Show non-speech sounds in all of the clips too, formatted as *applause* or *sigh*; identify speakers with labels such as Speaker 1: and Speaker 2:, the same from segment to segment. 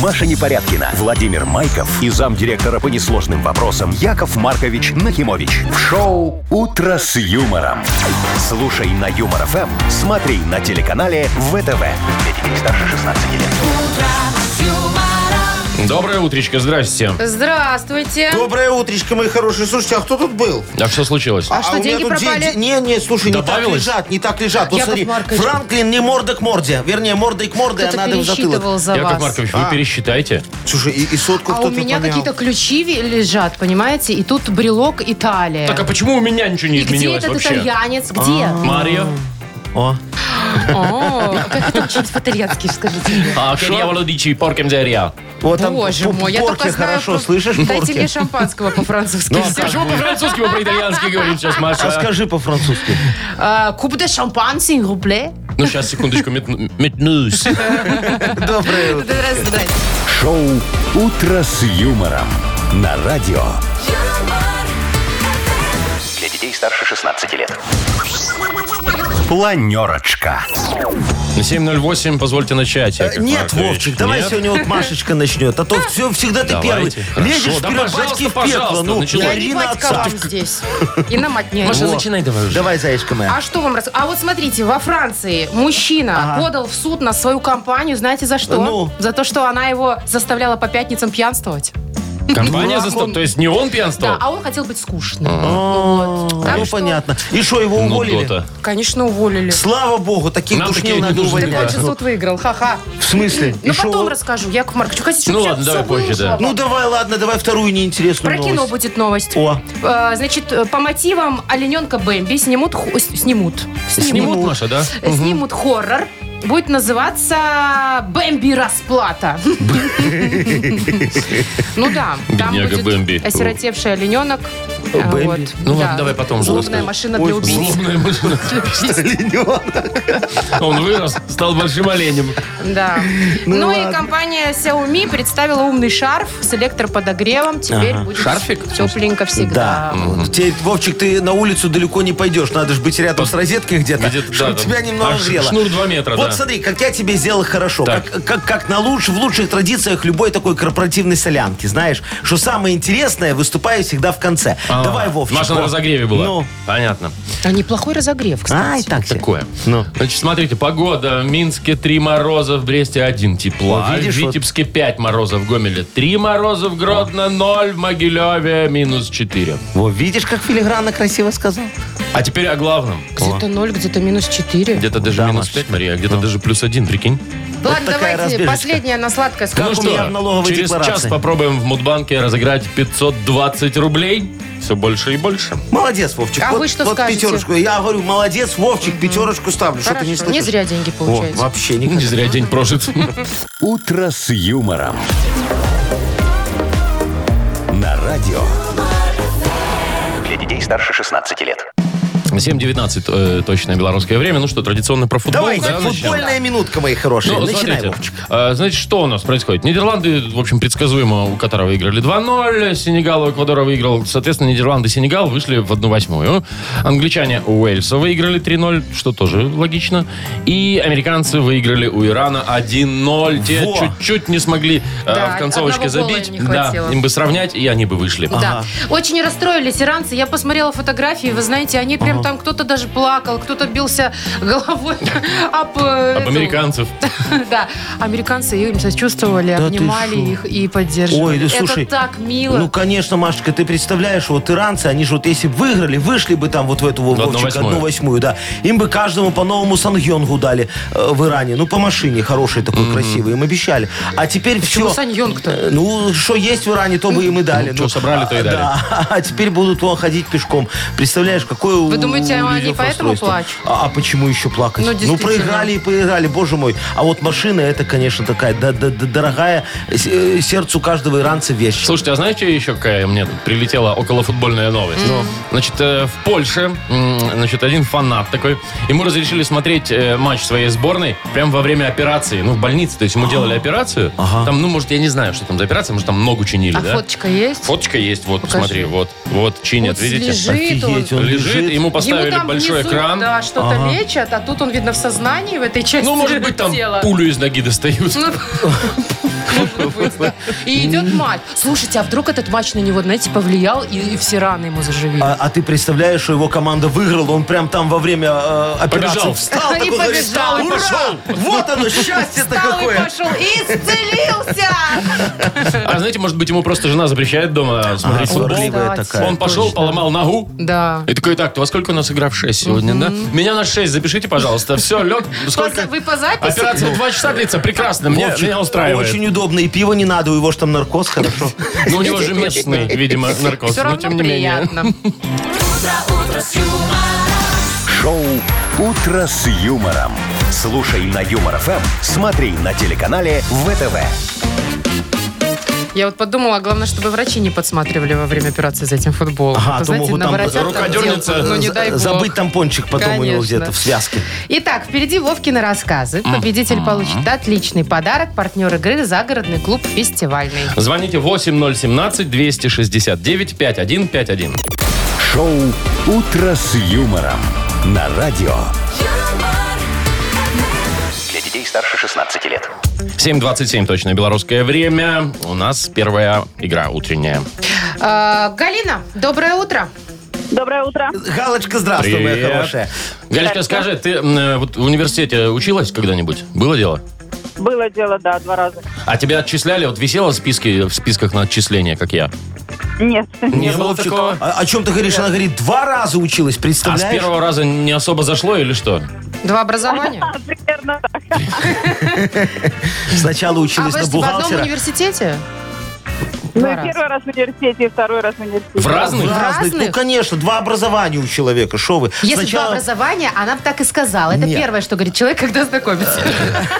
Speaker 1: Маша Непорядкина, Владимир Майков и замдиректора по несложным вопросам Яков Маркович Нахимович. В шоу «Утро с юмором». Слушай на Юмор ФМ, смотри на телеканале ВТВ. Для детей старше 16 лет.
Speaker 2: Доброе утречко, здрасте.
Speaker 3: Здравствуйте.
Speaker 4: Доброе утречко, мои хорошие. Слушайте, а кто тут был?
Speaker 2: А что случилось?
Speaker 3: А что,
Speaker 4: у меня
Speaker 3: деньги
Speaker 4: тут де-
Speaker 3: пропали?
Speaker 4: де- Не, не, слушай, не так
Speaker 2: Добавилось?
Speaker 4: лежат, не так лежат. Вот
Speaker 3: Яков
Speaker 4: смотри,
Speaker 3: Маркович.
Speaker 4: Франклин не морда к морде. Вернее, мордой к морде, а
Speaker 3: Кто-то
Speaker 4: надо в затылок.
Speaker 3: пересчитывал за
Speaker 2: Яков
Speaker 3: вас.
Speaker 2: Маркович, вы
Speaker 4: А.
Speaker 2: пересчитайте.
Speaker 4: Слушай, и, и сотку
Speaker 3: а
Speaker 4: кто-то
Speaker 3: у меня
Speaker 4: помял.
Speaker 3: какие-то ключи ви- лежат, понимаете? И тут брелок и талия.
Speaker 2: Так а почему у меня ничего не
Speaker 3: Э. и где
Speaker 2: изменилось
Speaker 3: этот
Speaker 2: вообще?
Speaker 3: итальянец? Где?
Speaker 2: Марио.
Speaker 4: О.
Speaker 3: О, как это учить по-итальянски, скажите?
Speaker 2: А, Кирия Володичи, поркем дерья.
Speaker 4: Вот там
Speaker 3: Боже
Speaker 4: пу-
Speaker 3: мой, я
Speaker 4: порки
Speaker 3: только знаю...
Speaker 4: хорошо,
Speaker 3: про-
Speaker 4: слышишь?
Speaker 3: Дайте
Speaker 4: порки?
Speaker 3: мне шампанского по-французски. всё.
Speaker 2: Почему по-французски, мы по-итальянски говорим сейчас,
Speaker 4: А
Speaker 2: Маша?
Speaker 4: скажи по-французски.
Speaker 3: А, Куб де шампан, синь рубле.
Speaker 2: Ну, сейчас, секундочку, метну- метнусь.
Speaker 4: Доброе утро.
Speaker 3: Здравствуйте.
Speaker 1: Шоу «Утро с юмором» на радио. Для детей старше 16 лет. Планерочка.
Speaker 2: 7.08, позвольте начать, Яков
Speaker 4: Э, Нет,
Speaker 2: Маркович.
Speaker 4: Вовчик, давай
Speaker 2: Нет?
Speaker 4: сегодня вот Машечка начнет, а то все, всегда ты первый.
Speaker 2: Давайте, хорошо.
Speaker 4: Лезешь
Speaker 2: Да,
Speaker 4: вперед,
Speaker 2: пожалуйста,
Speaker 4: батьки в
Speaker 2: пожалуйста,
Speaker 4: пекло. Ну,
Speaker 2: начинай.
Speaker 3: Я
Speaker 4: Марина
Speaker 3: не батька
Speaker 4: отца.
Speaker 3: вам здесь. И на мать не
Speaker 2: Маша,
Speaker 3: орет.
Speaker 2: начинай давай уже.
Speaker 4: Давай, зайчка моя.
Speaker 3: А что вам рассказать? А вот смотрите, во Франции мужчина подал в суд на свою компанию, знаете за что?
Speaker 4: Ну?
Speaker 3: За то, что она его заставляла по пятницам пьянствовать.
Speaker 2: Компания
Speaker 3: Ну,
Speaker 2: застав...
Speaker 3: он-
Speaker 2: То есть не он пьянствовал?
Speaker 3: Да, а он хотел быть скучным.
Speaker 4: А,
Speaker 3: Так
Speaker 4: Ну,
Speaker 3: что-
Speaker 4: понятно. И что, его
Speaker 2: Ну,
Speaker 4: уволили?
Speaker 2: Дота.
Speaker 3: Конечно, уволили.
Speaker 4: Слава богу, таких
Speaker 2: Нам
Speaker 4: душнил
Speaker 2: такие не
Speaker 4: надо
Speaker 2: нужны,
Speaker 4: уволить.
Speaker 3: Так он же суд выиграл, ха-ха.
Speaker 4: В смысле? И
Speaker 3: Ну,
Speaker 4: шо,
Speaker 3: потом
Speaker 4: вот-
Speaker 3: расскажу, Яков Маркович. хотите,
Speaker 2: Ну
Speaker 3: всё-
Speaker 2: ладно,
Speaker 3: всё
Speaker 2: давай позже,
Speaker 3: вышло.
Speaker 2: да.
Speaker 4: Ну давай, ладно, давай вторую неинтересную
Speaker 3: Про кино
Speaker 4: новость.
Speaker 3: будет новость.
Speaker 4: О.
Speaker 3: Э, Значит, э, по мотивам олененка Бэмби снимут... ху- с- Снимут.
Speaker 2: Снимут, Маша, да?
Speaker 3: Э, Снимут хоррор. Будет называться «Бэмби расплата». Ну да, там
Speaker 2: Бедняга
Speaker 3: будет
Speaker 2: Бэмби.
Speaker 3: осиротевший олененок.
Speaker 4: О,
Speaker 3: А,
Speaker 4: Бэмби.
Speaker 3: вот,
Speaker 2: Ну ладно,
Speaker 3: да.
Speaker 2: давай потом уже
Speaker 3: Злобная
Speaker 2: расскажу.
Speaker 3: машина для
Speaker 4: Ой,
Speaker 3: убийц.
Speaker 2: Злобная *laughs* машина. Он вырос, стал большим оленем.
Speaker 3: Да.
Speaker 4: Ну
Speaker 3: Ну и
Speaker 4: ладно.
Speaker 3: компания Xiaomi представила умный шарф с электроподогревом. Теперь
Speaker 4: Ага.
Speaker 3: будет
Speaker 2: Шарфик?
Speaker 3: тепленько
Speaker 4: Да.
Speaker 3: всегда.
Speaker 4: а, Вот. Тебе, Вовчик, ты на улицу далеко не пойдешь. Надо же быть рядом с розеткой где-то,
Speaker 2: Где-то,
Speaker 4: чтобы
Speaker 2: да,
Speaker 4: тебя
Speaker 2: там.
Speaker 4: немного
Speaker 2: А ш-
Speaker 4: грело.
Speaker 2: шнур два метра,
Speaker 4: Вот
Speaker 2: да.
Speaker 4: смотри, как я тебе сделал хорошо.
Speaker 2: Так.
Speaker 4: Как, как, как на луч, в лучших традициях любой такой корпоративной солянки. Знаешь, что самое интересное, выступаю всегда в конце.
Speaker 2: А,
Speaker 4: Давай, Вовчик.
Speaker 2: Маша на
Speaker 4: вот.
Speaker 2: разогреве была.
Speaker 4: Ну.
Speaker 2: Понятно.
Speaker 3: А неплохой разогрев, кстати.
Speaker 4: Ай, так себе.
Speaker 2: Такое.
Speaker 4: Ну.
Speaker 2: Значит, смотрите, погода. В Минске 3 мороза, в Бресте 1 тепла.
Speaker 4: О, видишь,
Speaker 2: в
Speaker 4: вот.
Speaker 2: Витебске 5 мороза, в Гомеле 3 мороза, в Гродно 0, в Могилеве минус 4.
Speaker 4: Вот видишь, как филигранно красиво сказал?
Speaker 2: А теперь о главном.
Speaker 3: Где-то ноль, где-то минус четыре.
Speaker 2: Где-то даже
Speaker 4: Да, Ну.
Speaker 2: минус
Speaker 4: Маш,
Speaker 2: 5, Мария, а где-то даже плюс 1, прикинь.
Speaker 3: Ладно,
Speaker 4: такая
Speaker 3: давайте
Speaker 4: разбежечка.
Speaker 3: последняя на сладкое
Speaker 4: Как
Speaker 2: Ну
Speaker 3: скажу.
Speaker 4: у меня в налоговой
Speaker 2: через час
Speaker 4: декларации.
Speaker 2: попробуем в Мудбанке разыграть 520 рублей. Все больше и больше.
Speaker 4: Молодец, Вовчик.
Speaker 3: А
Speaker 4: вот,
Speaker 3: вы что
Speaker 4: вот
Speaker 3: скажете?
Speaker 4: пятерочку. Я говорю, молодец, Вовчик, пятерочку ставлю. Что ты не
Speaker 3: Хорошо. Не
Speaker 4: слышишь?
Speaker 3: зря деньги
Speaker 4: О,
Speaker 3: получаете.
Speaker 4: вообще не
Speaker 2: Не зря день прожит. *laughs*
Speaker 1: «Утро с юмором». На радио. Для детей старше 16 лет.
Speaker 2: 7.19 э, точное белорусское время. Ну что, традиционно про футбол.
Speaker 4: Давай,
Speaker 2: Ну, да,
Speaker 4: хоть
Speaker 2: начнем?
Speaker 4: футбольная минутка, мои хорошие.
Speaker 2: Ну,
Speaker 4: Начинай,
Speaker 2: смотрите,
Speaker 4: Вовчик.
Speaker 2: э, значит, что у нас происходит? Нидерланды, в общем, предсказуемо у Катара выиграли 2-0, Сенегал у Эквадора выиграл, соответственно, Нидерланды и Сенегал вышли в 1-8. Англичане у Уэльса выиграли 3-0, что тоже логично. И американцы выиграли у Ирана 1-0. Те
Speaker 4: Во!
Speaker 2: чуть-чуть не смогли э,
Speaker 3: Да,
Speaker 2: в концовочке
Speaker 3: одного гола
Speaker 2: забить.
Speaker 3: им не
Speaker 2: Да,
Speaker 3: хватило.
Speaker 2: им бы сравнять, и они бы вышли.
Speaker 3: Да. Очень расстроились иранцы. Я посмотрела фотографии, вы знаете, они прям там кто-то даже плакал, кто-то бился *laughs* головой об... э,
Speaker 2: Об
Speaker 3: эту-
Speaker 2: американцев.
Speaker 3: *laughs* Да. Американцы им сочувствовали,
Speaker 4: Да ты
Speaker 3: обнимали
Speaker 4: шо?
Speaker 3: их и поддерживали.
Speaker 4: Ой, да слушай.
Speaker 3: Это так
Speaker 4: Ну,
Speaker 3: мило.
Speaker 4: конечно, Машечка, ты представляешь, вот иранцы, они же вот если бы выиграли, вышли бы там вот в эту вот,
Speaker 2: В одну
Speaker 4: Вовчик,
Speaker 2: восьмую.
Speaker 4: одну восьмую, да. Им бы каждому по новому сангьонгу дали э, в Иране. Ну, по машине хорошей такой, красивой. Им обещали. А теперь
Speaker 3: Почему
Speaker 4: все...
Speaker 3: Саньонг-то?
Speaker 4: Ну, что есть в Иране, то бы им и дали.
Speaker 2: Ну, чё собрали, то и
Speaker 4: а,
Speaker 2: дали.
Speaker 4: Да, *laughs* а теперь будут вон ходить пешком. Представляешь, какое у
Speaker 3: Вы думаете,
Speaker 4: у
Speaker 3: они
Speaker 4: людей
Speaker 3: поэтому
Speaker 4: расстройство?
Speaker 3: плачут?
Speaker 4: А, а почему еще плакать?
Speaker 3: Ну,
Speaker 4: ну,
Speaker 3: действительно.
Speaker 4: проиграли и проиграли, боже мой. А вот машина, это, конечно, такая да- да- да- дорогая с- э, сердцу каждого иранца вещь.
Speaker 2: Слушайте, а знаете еще какая мне тут прилетела околофутбольная новость?
Speaker 4: Ну.
Speaker 2: Значит, э, в Польше, м, значит, один фанат такой, ему разрешили смотреть э, матч своей сборной прямо во время операции, ну, в больнице, то есть ему делали операцию,
Speaker 4: Ага.
Speaker 2: там, ну, может, я не знаю, что там за операция, может, там ногу чинили,
Speaker 3: А
Speaker 2: да?
Speaker 3: фоточка есть?
Speaker 2: Фоточка есть, вот,
Speaker 3: Покажи.
Speaker 2: смотри, вот, вот, чинят,
Speaker 3: Вот
Speaker 2: видите?
Speaker 3: лежит он.
Speaker 4: Офигеть, он
Speaker 2: Лежит,
Speaker 4: лежит.
Speaker 2: ему поставили
Speaker 3: Ему там
Speaker 2: большой
Speaker 3: внизу,
Speaker 2: экран.
Speaker 3: Да, что-то лечат, а тут он, видно, в сознании в этой части
Speaker 2: Ну, может быть, там
Speaker 3: тела.
Speaker 4: *laughs*
Speaker 2: пулю из ноги достают.
Speaker 3: Ну, Должен быть, да. И идет матч. Слушайте, а вдруг этот матч на него, знаете, повлиял, и, и все раны ему заживили?
Speaker 4: А, а ты представляешь, что его команда выиграла, он прям там во время э, операции
Speaker 3: *laughs*
Speaker 2: Побежал.
Speaker 4: встал,
Speaker 3: И
Speaker 4: такой, говорит,
Speaker 3: побежал.
Speaker 4: «Встал,
Speaker 3: И
Speaker 4: ура! Вот оно, счастье-то
Speaker 3: Встал и
Speaker 4: какое!
Speaker 3: пошел, и исцелился!
Speaker 2: А знаете, может быть, ему просто жена запрещает дома смотреть
Speaker 4: А,
Speaker 2: футбол.
Speaker 4: сварливая
Speaker 3: Кстати.
Speaker 4: такая.
Speaker 2: Он пошел, поломал ногу.
Speaker 3: Да.
Speaker 2: И такой, так, во сколько у нас игра в 6 сегодня, да? Меня на 6 запишите, пожалуйста. Все, лег. Сколько?
Speaker 3: Вы по записи?
Speaker 2: Операция 2 часа длится, прекрасно, мне,
Speaker 4: Вовчик,
Speaker 2: меня устраивает.
Speaker 4: Очень удобно, и пиво не надо, у его же
Speaker 3: *laughs*
Speaker 4: там наркоз, хорошо.
Speaker 2: Ну, у него же местный, видимо, наркоз.
Speaker 3: Все
Speaker 2: но
Speaker 3: равно
Speaker 2: ну, тем не менее.
Speaker 3: приятно.
Speaker 1: Шоу «Утро с юмором». Слушай на Юмор ФМ, смотри на телеканале ВТВ.
Speaker 3: Я вот подумала, главное, чтобы врачи не подсматривали во время операции за этим футболом. А
Speaker 4: Ага, а
Speaker 3: то,
Speaker 4: то
Speaker 3: знаете,
Speaker 4: могут там
Speaker 3: наворотят
Speaker 2: рука
Speaker 3: там
Speaker 2: дернется,
Speaker 3: дел. Ну, не дай бог.
Speaker 4: Забыть тампончик потом у него
Speaker 3: Конечно.
Speaker 4: где-то в связке.
Speaker 3: Итак, впереди Вовкины рассказы. Победитель получит отличный подарок. Партнер игры «Загородный клуб фестивальный».
Speaker 2: Звоните 8017-269-5151.
Speaker 1: Шоу «Утро с юмором» на радио. Для детей старше 16 лет.
Speaker 2: 7.27 точно белорусское время. У нас первая игра утренняя.
Speaker 3: А, Галина, доброе утро.
Speaker 5: Доброе утро.
Speaker 4: Галочка, здравствуй, А моя
Speaker 2: Привет.
Speaker 4: хорошая.
Speaker 2: Галечка, скажи, ты м, э, вот в университете училась когда-нибудь? Было дело?
Speaker 5: Было дело, да, два
Speaker 6: *laughs*
Speaker 5: раза.
Speaker 2: А тебя отчисляли? Вот висело в списке, в списках на отчисление, как я?
Speaker 5: Нет.
Speaker 2: Не было
Speaker 4: Вовчик,
Speaker 2: такого?
Speaker 4: а- о чем ты говоришь? Она говорит, два раза училась,
Speaker 2: А с
Speaker 4: представляешь?
Speaker 2: первого раза не особо зашло или что?
Speaker 3: Два образования.
Speaker 5: Примерно так.
Speaker 4: Сначала
Speaker 3: А
Speaker 4: училась
Speaker 3: вы
Speaker 4: на
Speaker 3: ж в одном
Speaker 4: бухгалтера.
Speaker 3: университете?
Speaker 5: Ну,
Speaker 3: Два
Speaker 5: и
Speaker 3: раза.
Speaker 5: первый раз в университете, и второй раз в университете.
Speaker 2: В разных?
Speaker 4: В разных?
Speaker 3: разных?
Speaker 4: Ну, конечно, два образования у человека, шо вы.
Speaker 3: Если два образования, она бы так и сказала. Это
Speaker 4: Нет.
Speaker 3: первое, что говорит человек, когда знакомится.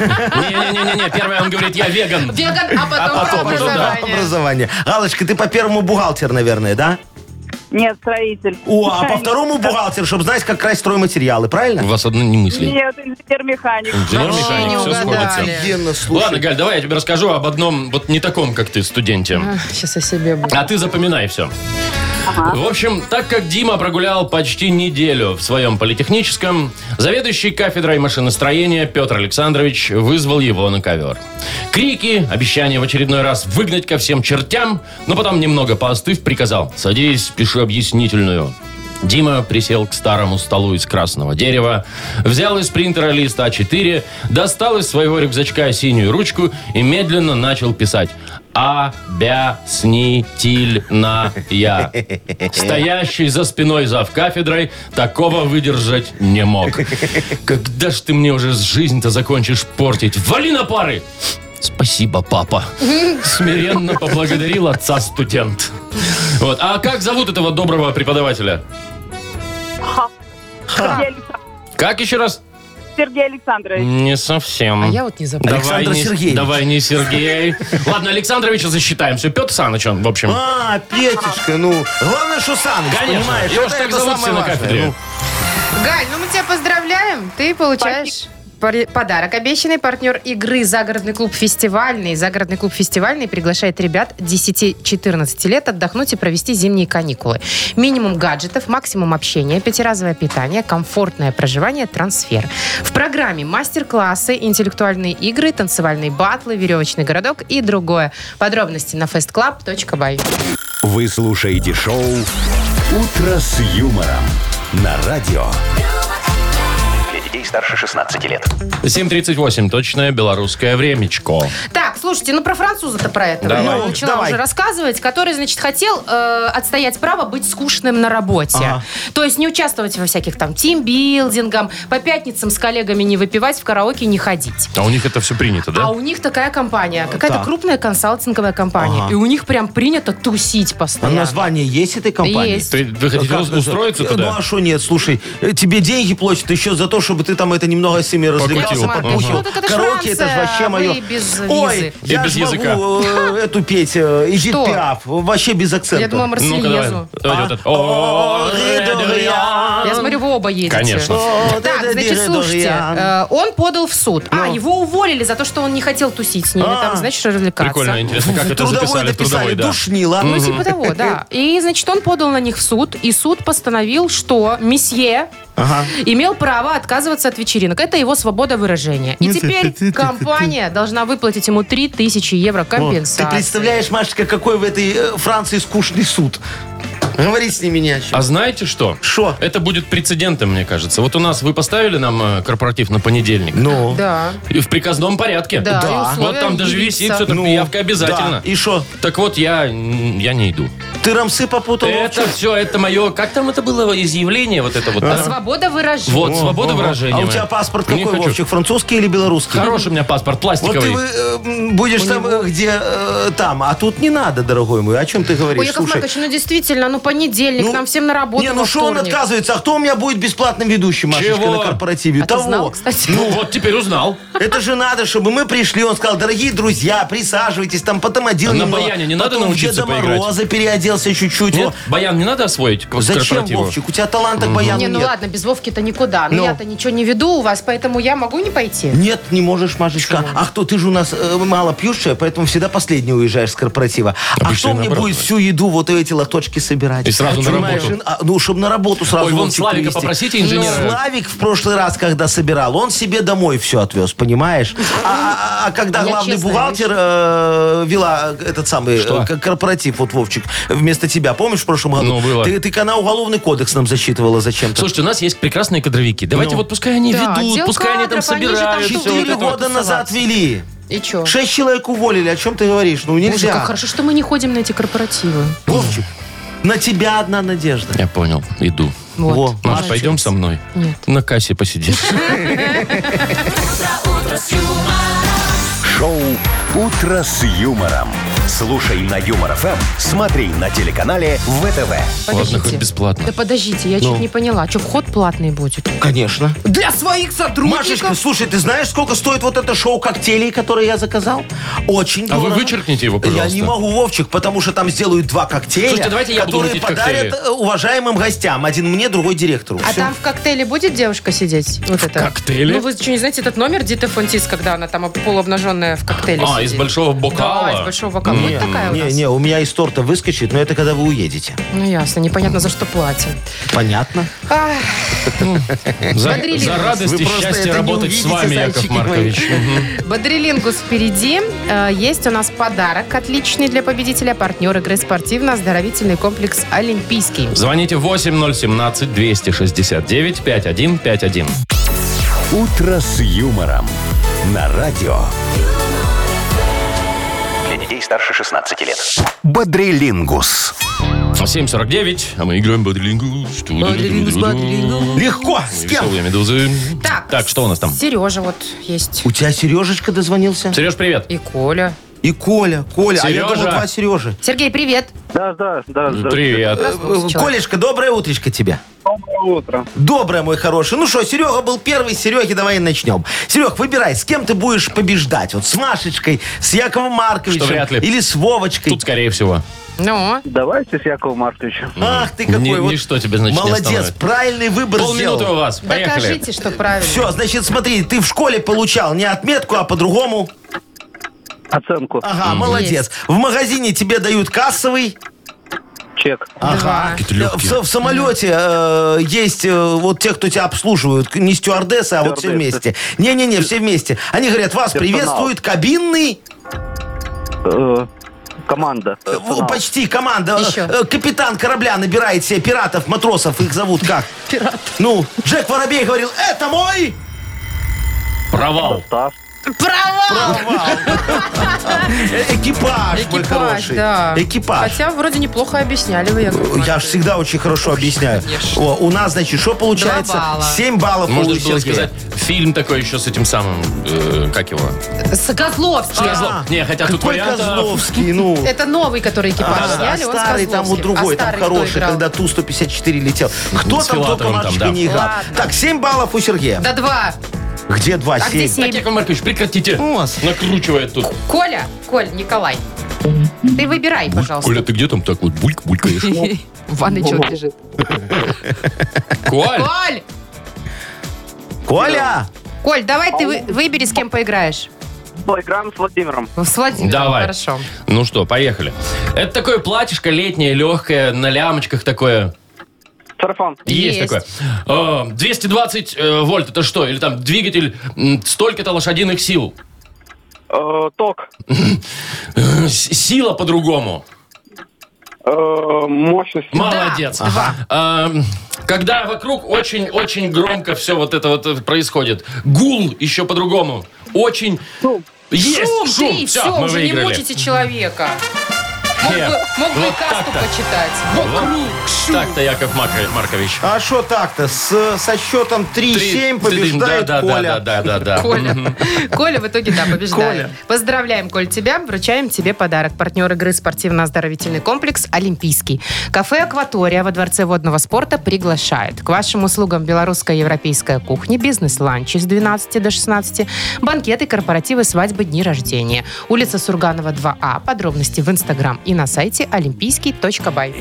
Speaker 2: Не-не-не, первое он говорит, я веган.
Speaker 3: Веган, а потом,
Speaker 2: А
Speaker 3: про
Speaker 2: потом, ну да,
Speaker 3: образование.
Speaker 4: образование. Галочка, ты по первому бухгалтер, наверное, да?
Speaker 5: Нет, строитель.
Speaker 4: О, а по
Speaker 5: Механик.
Speaker 4: второму бухгалтер, чтобы знать, как красить стройматериалы,
Speaker 2: У
Speaker 4: правильно?
Speaker 2: вас одни не мысли.
Speaker 5: Нет,
Speaker 4: *laughs*
Speaker 5: инженер-механик.
Speaker 3: Вообще не
Speaker 2: Инженер-механик, все
Speaker 3: угадали.
Speaker 2: сходится.
Speaker 4: Офигенно, слушай.
Speaker 2: Ладно, Галь, давай я тебе расскажу об одном, вот не таком, как ты, студенте.
Speaker 3: Сейчас о себе буду.
Speaker 2: А ты запоминай все. В общем, так как Дима прогулял почти неделю в своем политехническом, заведующий кафедрой машиностроения Петр Александрович вызвал его на ковер. Крики, обещание в очередной раз выгнать ко всем чертям, но потом, немного поостыв, приказал «Садись, пиши объяснительную». Дима присел к старому столу из красного дерева, взял из принтера лист А4, достал из своего рюкзачка синюю ручку и медленно начал писать «Обяснительная». Стоящий за спиной зав кафедрой такого выдержать не мог. «Когда ж ты мне уже жизнь-то закончишь портить? Вали на пары!» «Спасибо, папа!» Смиренно поблагодарил отца студент. Вот. А как зовут этого доброго преподавателя?
Speaker 5: Сергей, Александ-
Speaker 2: Как еще раз?
Speaker 5: Сергей Александрович.
Speaker 2: Не совсем.
Speaker 3: А я вот не
Speaker 2: Давай
Speaker 3: запомнила.
Speaker 4: Александр
Speaker 2: не-
Speaker 4: Сергеевич.
Speaker 2: Давай не Сергей. Ладно, Александровича засчитаем. Все, Петр Саныч он, в общем.
Speaker 4: А, Петечка, ну. Главное, что Саныч,
Speaker 2: Конечно,
Speaker 4: понимаешь?
Speaker 2: его ж
Speaker 4: это-
Speaker 2: так
Speaker 4: это
Speaker 2: зовут
Speaker 4: самое
Speaker 2: все на
Speaker 4: важное.
Speaker 2: кафедре.
Speaker 4: Ну,
Speaker 3: Галь, ну мы тебя поздравляем. Ты получаешь... пари- Подарок. Обещанный партнер игры «Загородный клуб фестивальный». «Загородный клуб фестивальный» приглашает ребят 10-14 лет отдохнуть и провести зимние каникулы. Минимум гаджетов, максимум общения, пятиразовое питание, комфортное проживание, трансфер. В программе мастер-классы, интеллектуальные игры, танцевальные батлы, веревочный городок и другое. Подробности на festclub.by.
Speaker 1: Вы слушаете шоу «Утро с юмором» на радио. Для детей старше 16 лет.
Speaker 4: ну.
Speaker 2: 7.38, точное белорусское времечко.
Speaker 3: Так, слушайте, ну про француза-то про этого
Speaker 2: Давай.
Speaker 3: я начала
Speaker 4: Давай.
Speaker 3: уже рассказывать, который, значит, хотел э, отстоять право быть скучным на работе.
Speaker 4: Ага.
Speaker 3: То есть не участвовать во всяких там тимбилдингам, по пятницам с коллегами не выпивать, в караоке не ходить.
Speaker 2: А у них это все принято,
Speaker 3: А
Speaker 2: да?
Speaker 3: у них такая компания, какая-то
Speaker 4: так.
Speaker 3: крупная консалтинговая компания.
Speaker 4: Ага.
Speaker 3: И у них прям принято тусить
Speaker 4: А
Speaker 3: постоянно.
Speaker 4: название есть этой компании?
Speaker 3: Есть.
Speaker 2: Ты, вы хотите
Speaker 4: А как
Speaker 2: ус- устроиться
Speaker 4: это? Ну
Speaker 2: туда?
Speaker 4: а что нет, слушай, э, тебе деньги платят еще за то, чтобы ты там это немного с ними развлекался,
Speaker 2: Покутил.
Speaker 4: попухил.
Speaker 3: Ну, так это ж
Speaker 4: Караоке, это ж
Speaker 3: Франция,
Speaker 4: вообще
Speaker 3: вы
Speaker 4: мое.
Speaker 3: и без визы.
Speaker 4: Ой,
Speaker 2: И
Speaker 4: я
Speaker 2: без
Speaker 4: ж
Speaker 2: языка.
Speaker 4: могу э, эту петь, э, Эдит
Speaker 3: Что?
Speaker 4: Пиаф, вообще без акцента.
Speaker 3: Я думала,
Speaker 2: Ну-ка, давай.
Speaker 3: Марсельезу.
Speaker 2: Давай
Speaker 4: А?
Speaker 2: вот это. О, Редуриан.
Speaker 3: Я смотрю, вы оба едете.
Speaker 2: Конечно.
Speaker 4: О,
Speaker 3: Так, значит,
Speaker 4: да-да-да-да-да.
Speaker 3: слушайте, э, он подал в суд. А,
Speaker 2: Ну.
Speaker 3: его уволили за то, что он не хотел тусить с ними,
Speaker 4: А.
Speaker 3: там, значит, развлекаться.
Speaker 2: Прикольно, интересно, как это
Speaker 4: Трудовой
Speaker 2: записали в
Speaker 4: написали,
Speaker 2: трудовой, да.
Speaker 4: душнила.
Speaker 3: Ну, типа того, да. И, значит, он подал на них в суд, и суд постановил, что месье
Speaker 4: Ага.
Speaker 3: имел право отказываться от вечеринок. Это его свобода выражения. И
Speaker 7: Ну, ты- ты-
Speaker 3: теперь
Speaker 7: ты- ты-
Speaker 3: компания должна выплатить ему 3000 евро
Speaker 4: Вот.
Speaker 3: компенсации.
Speaker 4: *laughs* Ты представляешь, Машечка, какой в этой э, Франции скучный суд. Говори с ними не о чем.
Speaker 2: А знаете что?
Speaker 4: Шо?
Speaker 2: Это будет прецедентом, мне кажется. Вот у нас вы поставили нам э, корпоратив на понедельник.
Speaker 4: Ну.
Speaker 3: Да.
Speaker 2: И в приказном порядке.
Speaker 3: Да, Да. и условия
Speaker 2: Вот там даже
Speaker 3: явиться.
Speaker 2: висит все так,
Speaker 4: Ну,
Speaker 2: явка обязательно.
Speaker 4: да. И что?
Speaker 2: Так вот, я, м, я не иду.
Speaker 4: Ты рамсы попутал?
Speaker 2: это
Speaker 4: Вовчик?
Speaker 2: все, это мое... Как там это было изъявление вот это вот? да?
Speaker 3: Свобода выражения.
Speaker 2: Вот, свобода выражения.
Speaker 4: А у
Speaker 2: моя.
Speaker 4: тебя паспорт
Speaker 2: Не
Speaker 4: какой,
Speaker 2: хочу.
Speaker 4: Вовчик? Французский или белорусский?
Speaker 2: Хороший у меня паспорт,
Speaker 4: Вот ты
Speaker 2: пластиковый.
Speaker 4: вы, э, м, будешь там, э, где э, там, а тут не надо, дорогой мой. О чем ты говоришь?
Speaker 3: Ой, Яков
Speaker 4: Слушай,
Speaker 3: Маркович, ну действительно, ну понедельник, нам всем на работу
Speaker 4: Не,
Speaker 3: во
Speaker 4: ну что он
Speaker 3: вторник.
Speaker 4: отказывается? А кто у меня будет бесплатным ведущим, Машечка,
Speaker 2: Чего?
Speaker 4: на корпоративе?
Speaker 3: А ты
Speaker 4: Того.
Speaker 3: знал, кстати?
Speaker 2: Ну вот, теперь узнал.
Speaker 4: Это же надо, чтобы мы пришли. Он сказал, дорогие друзья, присаживайтесь, там потом
Speaker 2: А
Speaker 4: одел
Speaker 2: на
Speaker 4: немного,
Speaker 2: баяне не надо
Speaker 4: потом в
Speaker 2: научиться
Speaker 4: Деда
Speaker 2: поиграть?
Speaker 4: Мороза переоделся чуть-чуть.
Speaker 2: Нет,
Speaker 4: Во.
Speaker 2: баян не надо освоить к
Speaker 4: Зачем,
Speaker 2: корпоративу?
Speaker 4: Вовчик? У тебя таланта к баяну
Speaker 3: Не, ну
Speaker 4: нет.
Speaker 3: ладно, без Вовки-то никуда. Но
Speaker 4: Ну.
Speaker 3: я-то ничего не веду у вас, поэтому я могу не пойти.
Speaker 4: Нет, не можешь, Машечка. А кто? Ты же у нас э, мало пьющая, поэтому всегда последний уезжаешь с корпоратива. а
Speaker 2: Обычно
Speaker 4: кто мне
Speaker 2: наоборот
Speaker 4: будет
Speaker 2: бывает.
Speaker 4: всю еду, вот эти лоточки собирать?
Speaker 2: И сразу на
Speaker 4: Понимаешь?
Speaker 2: работу.
Speaker 4: А, ну, чтобы на работу сразу.
Speaker 2: Ой, вон
Speaker 4: Вовчик,
Speaker 2: Славика
Speaker 4: увезти.
Speaker 2: попросите, инженера.
Speaker 4: Ну, Славик в прошлый раз, когда собирал, он себе домой все отвез, понимаешь? А, а- а когда
Speaker 3: Я
Speaker 4: главный
Speaker 3: честная,
Speaker 4: бухгалтер э, вела этот самый э,
Speaker 2: Что?
Speaker 4: к- корпоратив, вот Вовчик, вместо тебя, помнишь, в прошлом году?
Speaker 2: Ну, было.
Speaker 4: Ты, ты когда уголовный кодекс нам засчитывала зачем-то.
Speaker 2: Слушайте, у нас есть прекрасные кадровики. Давайте
Speaker 4: Ну.
Speaker 2: вот пускай они
Speaker 3: Да,
Speaker 2: ведут,
Speaker 3: отдел
Speaker 2: пускай они там
Speaker 3: кадров, они же там
Speaker 2: собирают. всё
Speaker 3: что-то
Speaker 2: вот
Speaker 4: Четыре
Speaker 2: это вот.
Speaker 4: года назад вели.
Speaker 3: И что?
Speaker 4: Шесть человек уволили, о чем ты говоришь? Ну
Speaker 3: Боже,
Speaker 4: нельзя.
Speaker 3: как хорошо, что мы не ходим на эти корпоративы.
Speaker 4: Вовчик, на тебя одна надежда.
Speaker 2: Я понял, иду.
Speaker 3: Вот.
Speaker 4: Во.
Speaker 2: Маш, пойдем со мной?
Speaker 3: Нет.
Speaker 2: На кассе
Speaker 3: *laughs*
Speaker 2: посидишь.
Speaker 1: Шоу «Утро с юмором». Слушай на Юмор ФМ, смотри на телеканале ВТВ.
Speaker 2: Ладно, хоть бесплатно. Ну.
Speaker 3: Да подождите, я чуть не поняла. Что, вход платный будет?
Speaker 4: Ну, Конечно.
Speaker 3: Для своих
Speaker 4: Машечка, слушай, ты знаешь, сколько стоит вот это шоу коктейлей, которое я заказал? Очень
Speaker 2: А вы
Speaker 4: дорого.
Speaker 2: вычеркните его, пожалуйста.
Speaker 4: Я не могу, Вовчик, потому что там сделают два коктейля,
Speaker 2: Слушайте, давайте я буду
Speaker 4: которые
Speaker 2: мутить
Speaker 4: подарят
Speaker 2: коктейли.
Speaker 4: э, уважаемым гостям. Один мне, другой директору.
Speaker 3: А
Speaker 4: Всё.
Speaker 3: там в коктейле будет девушка сидеть? Вот это.
Speaker 2: коктейле?
Speaker 3: Ну, вы что, не знаете этот номер Дита Фонтис, когда она там полуобнаженная в коктейле
Speaker 2: А,
Speaker 3: сидит?
Speaker 2: из большого бокала?
Speaker 3: Да, из большого бокала.
Speaker 4: Не,
Speaker 3: вот такая у
Speaker 4: не,
Speaker 3: нас.
Speaker 4: не, у меня из торта выскочит, но это когда вы уедете.
Speaker 3: Ну, ясно, непонятно, за что платим.
Speaker 4: Понятно.
Speaker 3: Ах,
Speaker 2: За,
Speaker 3: Бодрилингус.
Speaker 2: за радость
Speaker 4: Вы
Speaker 2: и
Speaker 4: просто это
Speaker 2: счастье
Speaker 4: не
Speaker 2: работать с
Speaker 4: увидите,
Speaker 2: вами, Яков
Speaker 4: зайчики мои.
Speaker 2: Маркович. Мгм.
Speaker 3: Бодрилингус впереди. Э, Есть у нас подарок отличный для победителя. Партнер игры спортивно-оздоровительный комплекс «Олимпийский».
Speaker 2: Звоните 8017-269-5151.
Speaker 1: «Утро с юмором» на радио.
Speaker 8: Для детей старше 16 лет.
Speaker 1: Бодрилингус.
Speaker 2: 749, а мы играем Бодрилингус.
Speaker 3: Бодрилингус, бодрилингус.
Speaker 4: Легко. С кем?
Speaker 2: Веселые медузы.
Speaker 3: Так.
Speaker 2: Так, что у нас там?
Speaker 3: Сережа вот есть.
Speaker 4: У тебя Сережечка дозвонился?
Speaker 2: Сереж, привет.
Speaker 3: И Коля.
Speaker 4: И Коля. Коля. А я думал,
Speaker 2: Сережа.
Speaker 4: два Сережи.
Speaker 3: Сергей, привет.
Speaker 5: Да, да, да.
Speaker 2: Привет.
Speaker 3: Проснулся человек.
Speaker 4: Колешка, доброе утречко тебе.
Speaker 5: Доброе утро.
Speaker 4: Доброе, мой хороший. Ну что, Серега был первый. Сереги, давай начнем. Серег, выбирай, с кем ты будешь побеждать? Вот с Машечкой, с Яковом Марковичем
Speaker 2: Что вряд ли.
Speaker 4: или с Вовочкой?
Speaker 2: э, Тут, скорее всего.
Speaker 3: Ну,
Speaker 5: Давайте с Яковом Марковичем.
Speaker 4: Ах ты какой.
Speaker 2: Ни-
Speaker 4: вот
Speaker 2: ничто тебя, значит, не
Speaker 4: Молодец,
Speaker 2: остановит.
Speaker 4: правильный выбор
Speaker 2: Полминуты у
Speaker 4: сделал.
Speaker 2: вас. Поехали.
Speaker 3: докажите, что правильно.
Speaker 4: Все, значит, смотри, ты в школе получал не отметку, а по-другому.
Speaker 5: Оценку.
Speaker 4: Ага, молодец. В магазине тебе дают кассовый.
Speaker 5: Чек.
Speaker 4: А. Ага.
Speaker 2: Какие-то
Speaker 4: В,
Speaker 2: легкие.
Speaker 4: со- в самолете э, есть э, вот те, кто тебя обслуживают, не стюардессы, а вот все
Speaker 5: Стюардессы.
Speaker 4: вместе. Не-не-не, все вместе. Они говорят, вас
Speaker 5: Персонал.
Speaker 4: приветствует кабинный,
Speaker 5: Э, Команда.
Speaker 4: э,
Speaker 5: Персонал.
Speaker 4: почти команда.
Speaker 3: Еще.
Speaker 4: Э, Капитан корабля набирает себе пиратов, матросов, их зовут
Speaker 3: *laughs*
Speaker 4: как? Пират. Ну, Джек Воробей говорил, это мой...
Speaker 2: Провал.
Speaker 5: Состав.
Speaker 3: Провал! *laughs*
Speaker 4: э, Экипаж, мой
Speaker 3: Экипаж,
Speaker 4: хороший.
Speaker 3: да.
Speaker 4: Экипаж.
Speaker 3: Хотя вроде неплохо объясняли вы, Яков
Speaker 4: Я же
Speaker 3: Маркович.
Speaker 4: всегда очень хорошо объясняю.
Speaker 3: конечно.
Speaker 4: О, у нас, значит, что получается?
Speaker 3: Два балла.
Speaker 4: 7 баллов
Speaker 2: Можно
Speaker 4: у
Speaker 2: же было
Speaker 4: Сергея.
Speaker 2: сказать, фильм такой еще с этим самым, э, как его?
Speaker 3: Сокозловский.
Speaker 2: А, Козлов. Не, хотя тут
Speaker 4: Какой
Speaker 2: вариантов-
Speaker 4: Козловский, ну...
Speaker 3: Это новый, который экипаж
Speaker 4: А,
Speaker 3: сняли,
Speaker 4: а
Speaker 3: он
Speaker 4: старый там вот
Speaker 3: Козловский.
Speaker 4: другой,
Speaker 3: А
Speaker 4: там
Speaker 3: старый кто
Speaker 4: хороший,
Speaker 3: играл?
Speaker 4: когда Ту-154 летел. Кто
Speaker 2: С
Speaker 4: там только
Speaker 2: Филатовым там,
Speaker 4: Машечка
Speaker 2: да.
Speaker 4: не играл?
Speaker 3: Ладно.
Speaker 4: Так, 7 баллов у Сергея.
Speaker 3: Да два.
Speaker 4: Где 2,
Speaker 3: А где семь?
Speaker 2: Так, Яков Маркович, прекратите.
Speaker 4: У вас.
Speaker 2: Накручивает тут.
Speaker 3: Коля, Коль, Николай. Ты выбирай, пожалуйста.
Speaker 2: ты где там так вот булькаешь?
Speaker 3: *laughs* В ванной человек лежит.
Speaker 2: Коль,
Speaker 3: Коль!
Speaker 4: Коля!
Speaker 3: Коль, давай ты вы- выбери, с кем поиграешь.
Speaker 5: Поиграем с Владимиром.
Speaker 3: С Владимиром.
Speaker 2: Давай.
Speaker 3: Хорошо.
Speaker 2: ну что, поехали. Это такое платьишко летнее, легкое, на лямочках такое.
Speaker 5: Сарафан.
Speaker 2: Есть,
Speaker 3: Есть.
Speaker 2: такое. Э, 220 э, вольт это что? Или там двигатель м, столько-то лошадиных сил?
Speaker 5: Э, ток.
Speaker 2: Э, с- Сила по-другому.
Speaker 5: Э, мощность.
Speaker 2: Молодец. Эм, когда вокруг очень-очень громко все вот это вот э, происходит. Гул еще по-другому. Очень... Есть шум,
Speaker 3: Шум, ты,
Speaker 2: Всё,
Speaker 3: все,
Speaker 2: мы
Speaker 3: уже
Speaker 2: выиграли.
Speaker 3: не мучите человека. Мог
Speaker 2: Нет,
Speaker 3: бы, мог бы и
Speaker 2: вот
Speaker 3: касту
Speaker 2: так-то.
Speaker 3: почитать. Вокруг шум.
Speaker 2: Так-то, Яков Марко- Маркович.
Speaker 4: А что так-то? С- со счетом 3-7
Speaker 2: Три-
Speaker 4: побеждает
Speaker 2: да, да,
Speaker 4: Коля.
Speaker 2: Да, да, да, да.
Speaker 3: Коля.
Speaker 2: Мгм.
Speaker 3: Коля в итоге, да, побеждает.
Speaker 4: Коля.
Speaker 3: Поздравляем, Коль, тебя. Вручаем тебе подарок. Партнер игры спортивно-оздоровительный комплекс «Олимпийский». Кафе «Акватория» во Дворце водного спорта приглашает. К вашим услугам белорусская и европейская кухня, бизнес-ланчи с 12 до 16, банкеты, корпоративы, свадьбы, дни рождения. Улица Сурганова, 2А. Подробности в Инстаграм и на сайте олимпийский.бай.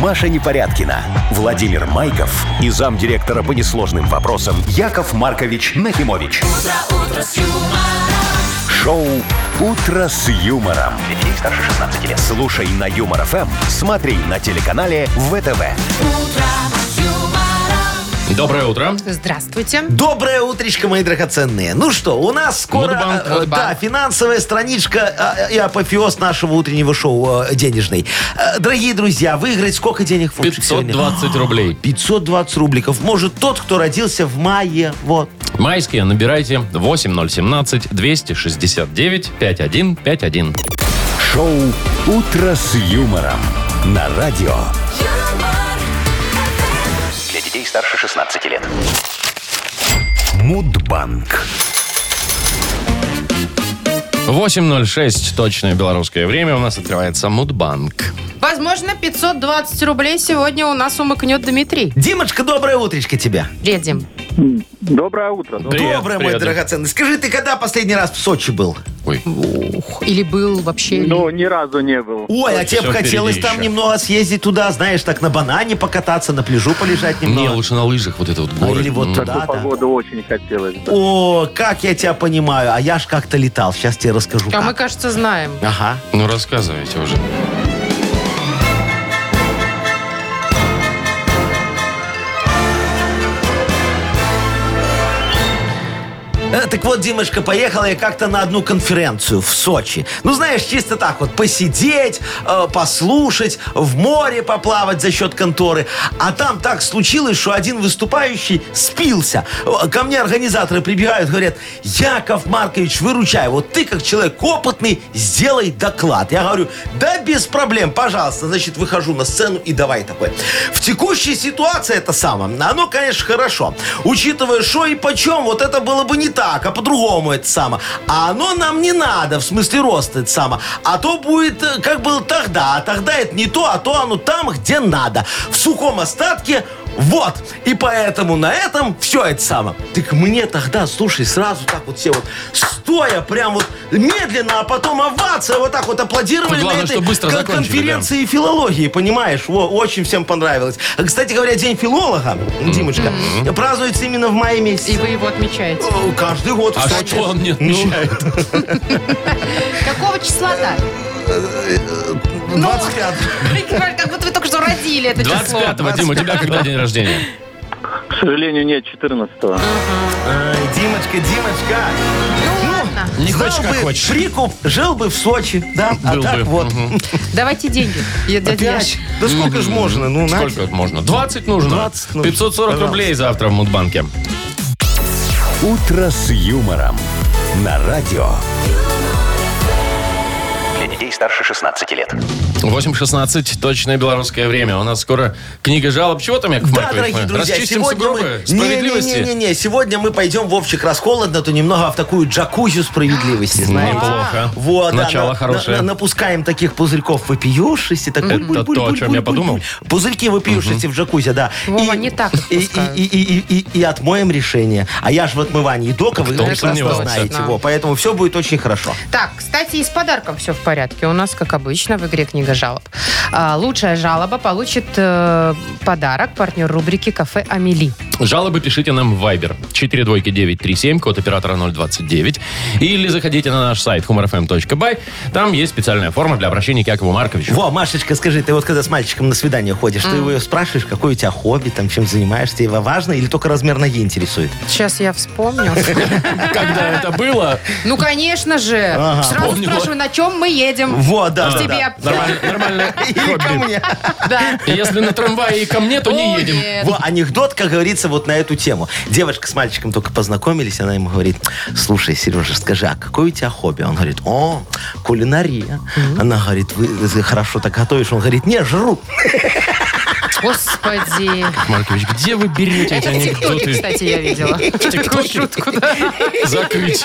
Speaker 1: Маша Непорядкина, Владимир Майков и замдиректора по несложным вопросам Яков Маркович Нахимович. Шоу Утро с юмором. Для детей старше 16 лет. Слушай на юмор ФМ, смотри на телеканале ВТВ.
Speaker 2: Доброе утро.
Speaker 3: Здравствуйте.
Speaker 4: Доброе утречко, мои драгоценные. Ну что, у нас скоро
Speaker 2: Мудбанк,
Speaker 4: э,
Speaker 2: Мудбанк.
Speaker 4: да, финансовая страничка э, и апофеоз нашего утреннего шоу э, денежный. Э, Дорогие друзья, выиграть сколько денег в
Speaker 2: 520 рублей.
Speaker 4: 520 рубликов. Может, тот, кто родился в мае. Вот.
Speaker 2: Майские набирайте 8017-269-5151.
Speaker 1: Шоу Утро с юмором на радио.
Speaker 8: Для детей старше 16 лет.
Speaker 1: Мудбанк.
Speaker 2: 8.06, точное белорусское время, у нас открывается Мудбанк.
Speaker 3: Возможно, 520 рублей сегодня у нас умыкнет Дмитрий.
Speaker 4: Димочка, доброе утречко тебе.
Speaker 3: Редим.
Speaker 5: Доброе утро. Ну,
Speaker 2: Привет,
Speaker 4: доброе,
Speaker 2: привет,
Speaker 4: мой драгоценный. Скажи, ты когда последний раз в Сочи был?
Speaker 2: Ой,
Speaker 3: Ух, или был вообще... или-
Speaker 5: Ну, ни разу не был.
Speaker 4: Ой, а тебе
Speaker 2: всё
Speaker 4: бы хотелось
Speaker 2: впереди
Speaker 4: там
Speaker 2: еще.
Speaker 4: немного съездить туда, знаешь, так на банане покататься, на пляжу полежать
Speaker 2: мне
Speaker 4: немного.
Speaker 2: лучше на лыжах вот это вот
Speaker 4: А
Speaker 2: горы.
Speaker 4: или вот
Speaker 2: М.
Speaker 4: туда, да.
Speaker 5: Такую Ну, погоду очень хотелось. бы.
Speaker 4: О, как я тебя понимаю. А я ж как-то летал. Сейчас тебе расскажу.
Speaker 3: А
Speaker 4: как.
Speaker 3: мы, кажется, знаем.
Speaker 4: Ага.
Speaker 2: Ну, рассказывайте уже.
Speaker 4: Э, Так вот, Димочка, поехала я как-то на одну конференцию в Сочи. Ну, знаешь, чисто так вот посидеть, э, послушать, в море поплавать за счет конторы. А там так случилось, что один выступающий спился. Э, Ко мне организаторы прибегают, говорят, Яков Маркович, выручай, вот ты как человек опытный, сделай доклад. Я говорю, да без проблем, пожалуйста. Значит, выхожу на сцену и давай такой. В текущей ситуации это самое. Оно, конечно, хорошо. Учитывая, что и почем, вот это было бы не так, а по-другому это самое. А оно нам не надо, в смысле роста это самое. А то будет, э, как было тогда, а тогда это не то, а то оно там, где надо. В сухом остатке вот. И поэтому на этом все это самое. Так мне тогда, слушай, сразу так вот все вот стоя, прям вот медленно, а потом овация, вот так вот аплодировали
Speaker 2: Ну, главное,
Speaker 4: на этой
Speaker 2: чтобы быстро
Speaker 4: кон-
Speaker 2: закончили,
Speaker 4: конференции филологии, понимаешь? Во, очень всем понравилось. А, Кстати говоря, День филолога, Димочка, празднуется именно в мае месяце.
Speaker 3: И вы его отмечаете.
Speaker 4: Э, Каждый год.
Speaker 2: А
Speaker 4: кстати.
Speaker 2: что он не
Speaker 4: Ну,
Speaker 2: отмечает?
Speaker 3: Какого числа-то?
Speaker 4: 25.
Speaker 3: Как будто вы только что родили это число.
Speaker 2: 25-го, Дима, у тебя когда день рождения?
Speaker 5: К сожалению, нет 14-го.
Speaker 4: Ай, Э, Димочка, Димочка.
Speaker 3: Ну ладно.
Speaker 2: Не
Speaker 4: Знал
Speaker 2: хочешь, как
Speaker 4: бы
Speaker 2: хочешь.
Speaker 4: Прикуп, жил бы в Сочи, да? а
Speaker 2: Был
Speaker 4: так
Speaker 2: бы.
Speaker 4: вот.
Speaker 2: Мгм.
Speaker 3: Давайте деньги. Я дядя
Speaker 4: Опять?
Speaker 3: Яша.
Speaker 4: Да сколько же можно? Ну, на.
Speaker 2: Сколько можно? 20 нужно.
Speaker 4: 20 нужно.
Speaker 2: 540 рублей завтра в Мудбанке.
Speaker 1: Утро с юмором на радио.
Speaker 8: Для детей старше 16 лет.
Speaker 2: 8.16, точное белорусское время. У нас скоро книга жалоб. Чего там, Яков
Speaker 4: Да,
Speaker 2: Маркович?
Speaker 4: дорогие
Speaker 2: Мы
Speaker 4: друзья,
Speaker 2: Расчистим
Speaker 4: сегодня
Speaker 2: сугробы
Speaker 4: мы...
Speaker 2: справедливости?
Speaker 4: Не-не-не, сегодня мы пойдем, Вовчик, раз холодно, а то немного в такую джакузи справедливости, знаете.
Speaker 2: Неплохо.
Speaker 4: А, Вот, да,
Speaker 2: Начало
Speaker 4: на-
Speaker 2: хорошее.
Speaker 4: на- на- напускаем таких пузырьков вопиюшись и так
Speaker 2: Это
Speaker 4: буль-буль-буль-буль-буль-буль.
Speaker 2: то, о чем я подумал.
Speaker 4: Пузырьки вопиюшись в джакузи, да.
Speaker 3: Вова,
Speaker 4: И-
Speaker 3: не так
Speaker 4: и, и,
Speaker 3: отпускают.
Speaker 4: и, и, и- и отмоем решение. А я же в отмывании дока, вы
Speaker 2: Кто бы
Speaker 4: прекрасно
Speaker 2: сомневался.
Speaker 4: знаете.
Speaker 3: Да.
Speaker 4: Во, поэтому все будет очень хорошо.
Speaker 3: Так, кстати, и с подарком все в порядке. У нас, как обычно, в игре книга жалоб. А, лучшая жалоба получит э, подарок партнер рубрики «Кафе Амели».
Speaker 2: Жалобы пишите нам в Viber 42937, код оператора 029. Или заходите на наш сайт humorfm.by. Там есть специальная форма для обращения к Якову Марковичу.
Speaker 4: Во, Машечка, скажи, ты вот когда с мальчиком на свидание ходишь, ты его спрашиваешь, какой у тебя хобби, там, чем занимаешься, тебе важно или только размер ноги интересует?
Speaker 3: Сейчас я вспомню.
Speaker 2: Когда это было,
Speaker 3: Ну, конечно же. Сразу
Speaker 2: Вспомнила.
Speaker 3: спрашиваю, на чем мы едем?
Speaker 4: Вот, да,
Speaker 3: К
Speaker 4: да, да.
Speaker 3: тебе.
Speaker 2: нормально, нормально
Speaker 4: Или ко
Speaker 2: хобби.
Speaker 4: мне.
Speaker 3: Да.
Speaker 2: Если на трамвае и ко мне, то не
Speaker 3: О,
Speaker 2: едем.
Speaker 3: нет.
Speaker 4: Во, анекдот, как говорится, вот на эту тему. Девочка с мальчиком только познакомились, она ему говорит, слушай, Сережа, скажи, а какое у тебя хобби? Он говорит, о, кулинария. Она говорит, вы, ты хорошо так готовишь? Он говорит, не, жру.
Speaker 3: Господи.
Speaker 2: Маркович, где вы берете эти
Speaker 3: Это в ТикТоке,
Speaker 2: анекдоты?
Speaker 3: кстати, я видела. Такую шутку, да.
Speaker 2: Закрыть.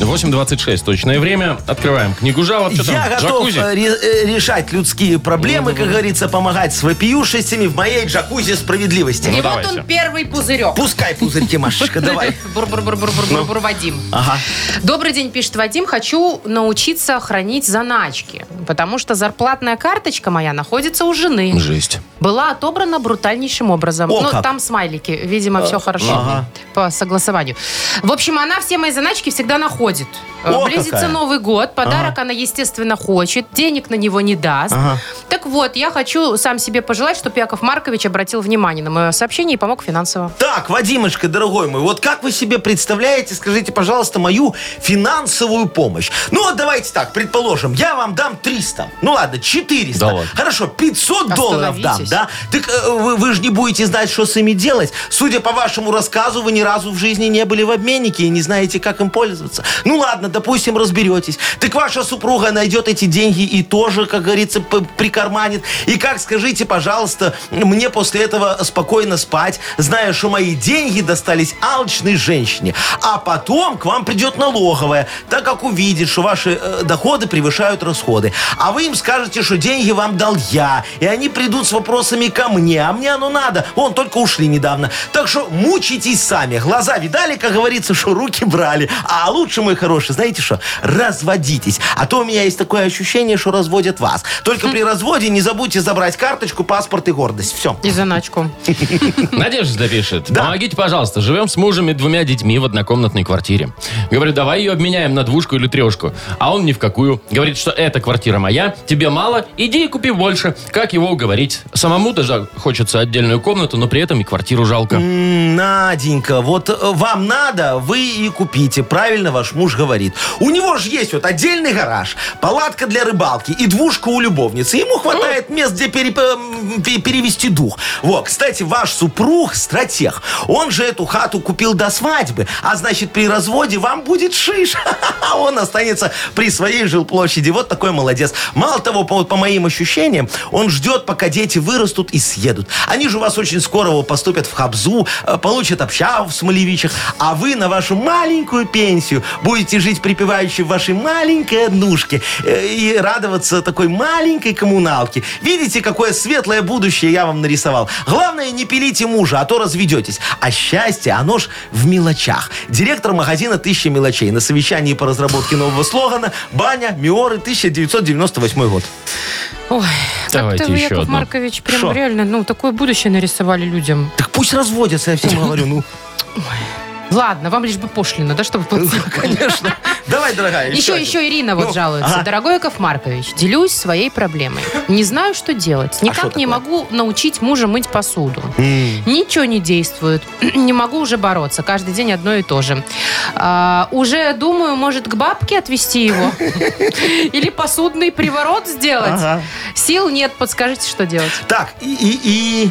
Speaker 2: 8.26 точное время. Открываем книгу жалоб. Что
Speaker 4: Я
Speaker 2: там?
Speaker 4: готов
Speaker 2: Джакузи? Ну,
Speaker 4: э, ре- э, решать людские проблемы, как говорится, помогать с вопиюшестями в моей джакузи справедливости.
Speaker 2: Ну,
Speaker 3: И вот
Speaker 2: давайте.
Speaker 3: он первый пузырек.
Speaker 4: Пускай пузырьки,
Speaker 2: *laughs*
Speaker 4: Машечка, давай.
Speaker 3: Бур-бур-бур-бур-бур-бур,
Speaker 4: Ну.
Speaker 3: Вадим.
Speaker 4: Ага.
Speaker 3: Добрый день, пишет Вадим. Хочу научиться хранить заначки, потому что зарплатная карточка моя находится у жены.
Speaker 2: Жесть.
Speaker 3: Была отобрана брутальнейшим образом.
Speaker 4: О,
Speaker 3: ну,
Speaker 4: как. А,
Speaker 3: там смайлики. Видимо, все хорошо
Speaker 4: ага.
Speaker 3: по согласованию. В общем, она все мои заначки всегда находит.
Speaker 4: О,
Speaker 3: Близится
Speaker 4: какая.
Speaker 3: Новый год, подарок она, естественно, хочет, денег на него не даст.
Speaker 4: Ага.
Speaker 3: Так вот, я хочу сам себе пожелать, чтобы Яков Маркович обратил внимание на мое сообщение и помог финансово.
Speaker 4: Так, Вадимочка, дорогой мой, вот как вы себе представляете, скажите, пожалуйста, мою финансовую помощь? Ну вот давайте так, предположим, я вам дам 300, ну ладно, 400,
Speaker 2: Да ладно.
Speaker 4: хорошо, 500 долларов дам,
Speaker 3: Остановитесь.
Speaker 4: да? Так э, вы, вы же не будете знать, что с ими делать. Судя по вашему рассказу, вы ни разу в жизни не были в обменнике и не знаете, как им пользоваться. Ну ладно, допустим, разберетесь. Так ваша супруга найдет эти деньги и тоже, как говорится, п- прикарманит. И как, скажите, пожалуйста, мне после этого спокойно спать, зная, что мои деньги достались алчной женщине. А потом к вам придет налоговая, так как увидит, что ваши э, доходы превышают расходы. А вы им скажете, что деньги вам дал я. И они придут с вопросами ко мне. А мне оно надо. Вон, только ушли недавно. Так что мучитесь сами. Глаза видали, как говорится, что руки брали. А лучше, мой хороший, знаете что? Разводитесь. А то у меня есть такое ощущение, что разводят вас. Только при разводе не забудьте забрать карточку, паспорт и гордость. Все.
Speaker 3: И заначку.
Speaker 2: Надежда пишет.
Speaker 4: Да.
Speaker 2: Помогите, пожалуйста, живем с мужем и двумя детьми в однокомнатной квартире. Говорю, давай ее обменяем на двушку или трешку. А он ни в какую. Говорит, что эта квартира моя, тебе мало, иди и купи больше. Как его уговорить? Самому даже хочется отдельную комнату, но при этом и квартиру жалко.
Speaker 4: М, Наденька, вот э, вам надо, вы и купите. Правильно ваш муж говорит. У него же есть вот отдельный гараж, палатка для рыбалки и двушка у любовницы. Ему хватает мест, где пере- эм, пе- перевести дух. Вот, кстати, ваш супруг стратег. Он же эту хату купил до свадьбы. А значит, при разводе вам будет шиш. *laughs* А он останется при своей жилплощади. Вот такой молодец. Мало того, по, вот по моим ощущениям, он ждет, пока дети вырастут и съедут. Они же у вас очень скоро вот, поступят в Хабзу, э, получат общагу в Смолевичах, а вы на вашу маленькую пенсию будете жить припеваючи в вашей маленькой однушке э, и радоваться такой маленькой коммуналке. Видите, какое светлое будущее я вам нарисовал. Главное, не пилите мужа, а то разведетесь. А счастье, оно ж в мелочах. Директор магазина «Тысяча мелочей» на совещании по разработке нового слогана «Баня, Миоры, 1998 год».
Speaker 3: Ой,
Speaker 2: Давайте
Speaker 3: как-то вы,
Speaker 2: еще
Speaker 3: Яков
Speaker 2: одну.
Speaker 3: Маркович, прям
Speaker 4: Шо?
Speaker 3: реально, ну, такое будущее нарисовали людям.
Speaker 4: Так пусть разводятся, я *laughs* всем говорю, ну.
Speaker 3: Ладно, вам лишь бы пошлина, да, чтобы подсыпали.
Speaker 4: Конечно. Давай, дорогая.
Speaker 3: Еще,
Speaker 4: один.
Speaker 3: еще Ирина вот
Speaker 4: Ну,
Speaker 3: жалуется.
Speaker 4: ага.
Speaker 3: Дорогой Яков Маркович, делюсь своей проблемой. Не знаю, что делать.
Speaker 4: А что
Speaker 3: Никак не
Speaker 4: такое?
Speaker 3: могу научить мужа мыть посуду. Ничего не действует. *clears throat* Не могу уже бороться. Каждый день одно и то же. А, уже думаю, может, к бабке отвезти его? *laughs* Или посудный приворот сделать?
Speaker 4: Ага.
Speaker 3: Сил нет, подскажите, что делать.
Speaker 4: Так, и, и,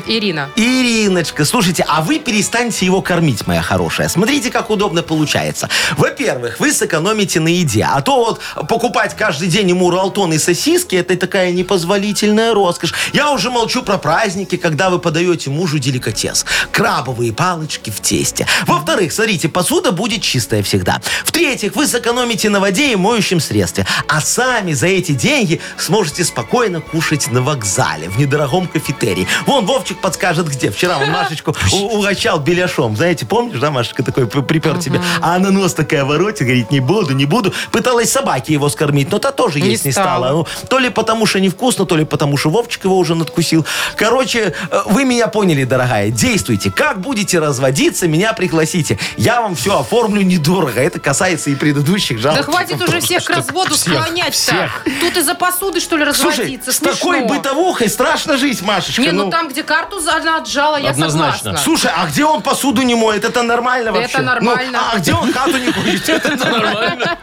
Speaker 4: и...
Speaker 3: Ирина.
Speaker 4: Ириночка, слушайте, а вы перестаньте его кормить, моя хорошая. Смотрите, как удобно получается. Во-первых, вы сэкономите экономите на еде. А то вот покупать каждый день ему ралтон и сосиски, это такая непозволительная роскошь. Я уже молчу про праздники, когда вы подаете мужу деликатес. Крабовые палочки в тесте. Во-вторых, смотрите, посуда будет чистая всегда. В-третьих, вы сэкономите на воде и моющем средстве. А сами за эти деньги сможете спокойно кушать на вокзале, в недорогом кафетерии. Вон, Вовчик подскажет, где. Вчера
Speaker 3: *laughs*
Speaker 4: он Машечку у- угощал беляшом. Знаете, помнишь, да, Машечка такой при- припер тебе? А она нос такая воротит, говорит, не буду, не буду. Пыталась собаке его скормить, но та тоже
Speaker 3: Не
Speaker 4: есть не
Speaker 3: стала.
Speaker 4: стала. Ну, то ли потому, что невкусно, то ли потому, что Вовчик его уже надкусил. Короче, э, вы меня поняли, дорогая. Действуйте. Как будете разводиться, меня пригласите. Я вам все оформлю недорого. Это касается и предыдущих жалоб.
Speaker 3: Да хватит уже всех к разводу
Speaker 2: всех,
Speaker 3: склонять-то.
Speaker 2: всех.
Speaker 3: Тут из-за посуды, что ли,
Speaker 4: Слушай,
Speaker 3: разводиться?
Speaker 4: с такой
Speaker 3: Смешно.
Speaker 4: бытовухой страшно жить, Машечка.
Speaker 3: Не, ну там, где карту за- она отжала, я
Speaker 2: Однозначно.
Speaker 3: согласна.
Speaker 4: Слушай, а где он посуду не моет? Это нормально
Speaker 3: Это
Speaker 4: вообще?
Speaker 3: нормально.
Speaker 4: Ну, а где он хату не курит? Это
Speaker 2: *laughs*
Speaker 4: нормально.
Speaker 2: Нормально.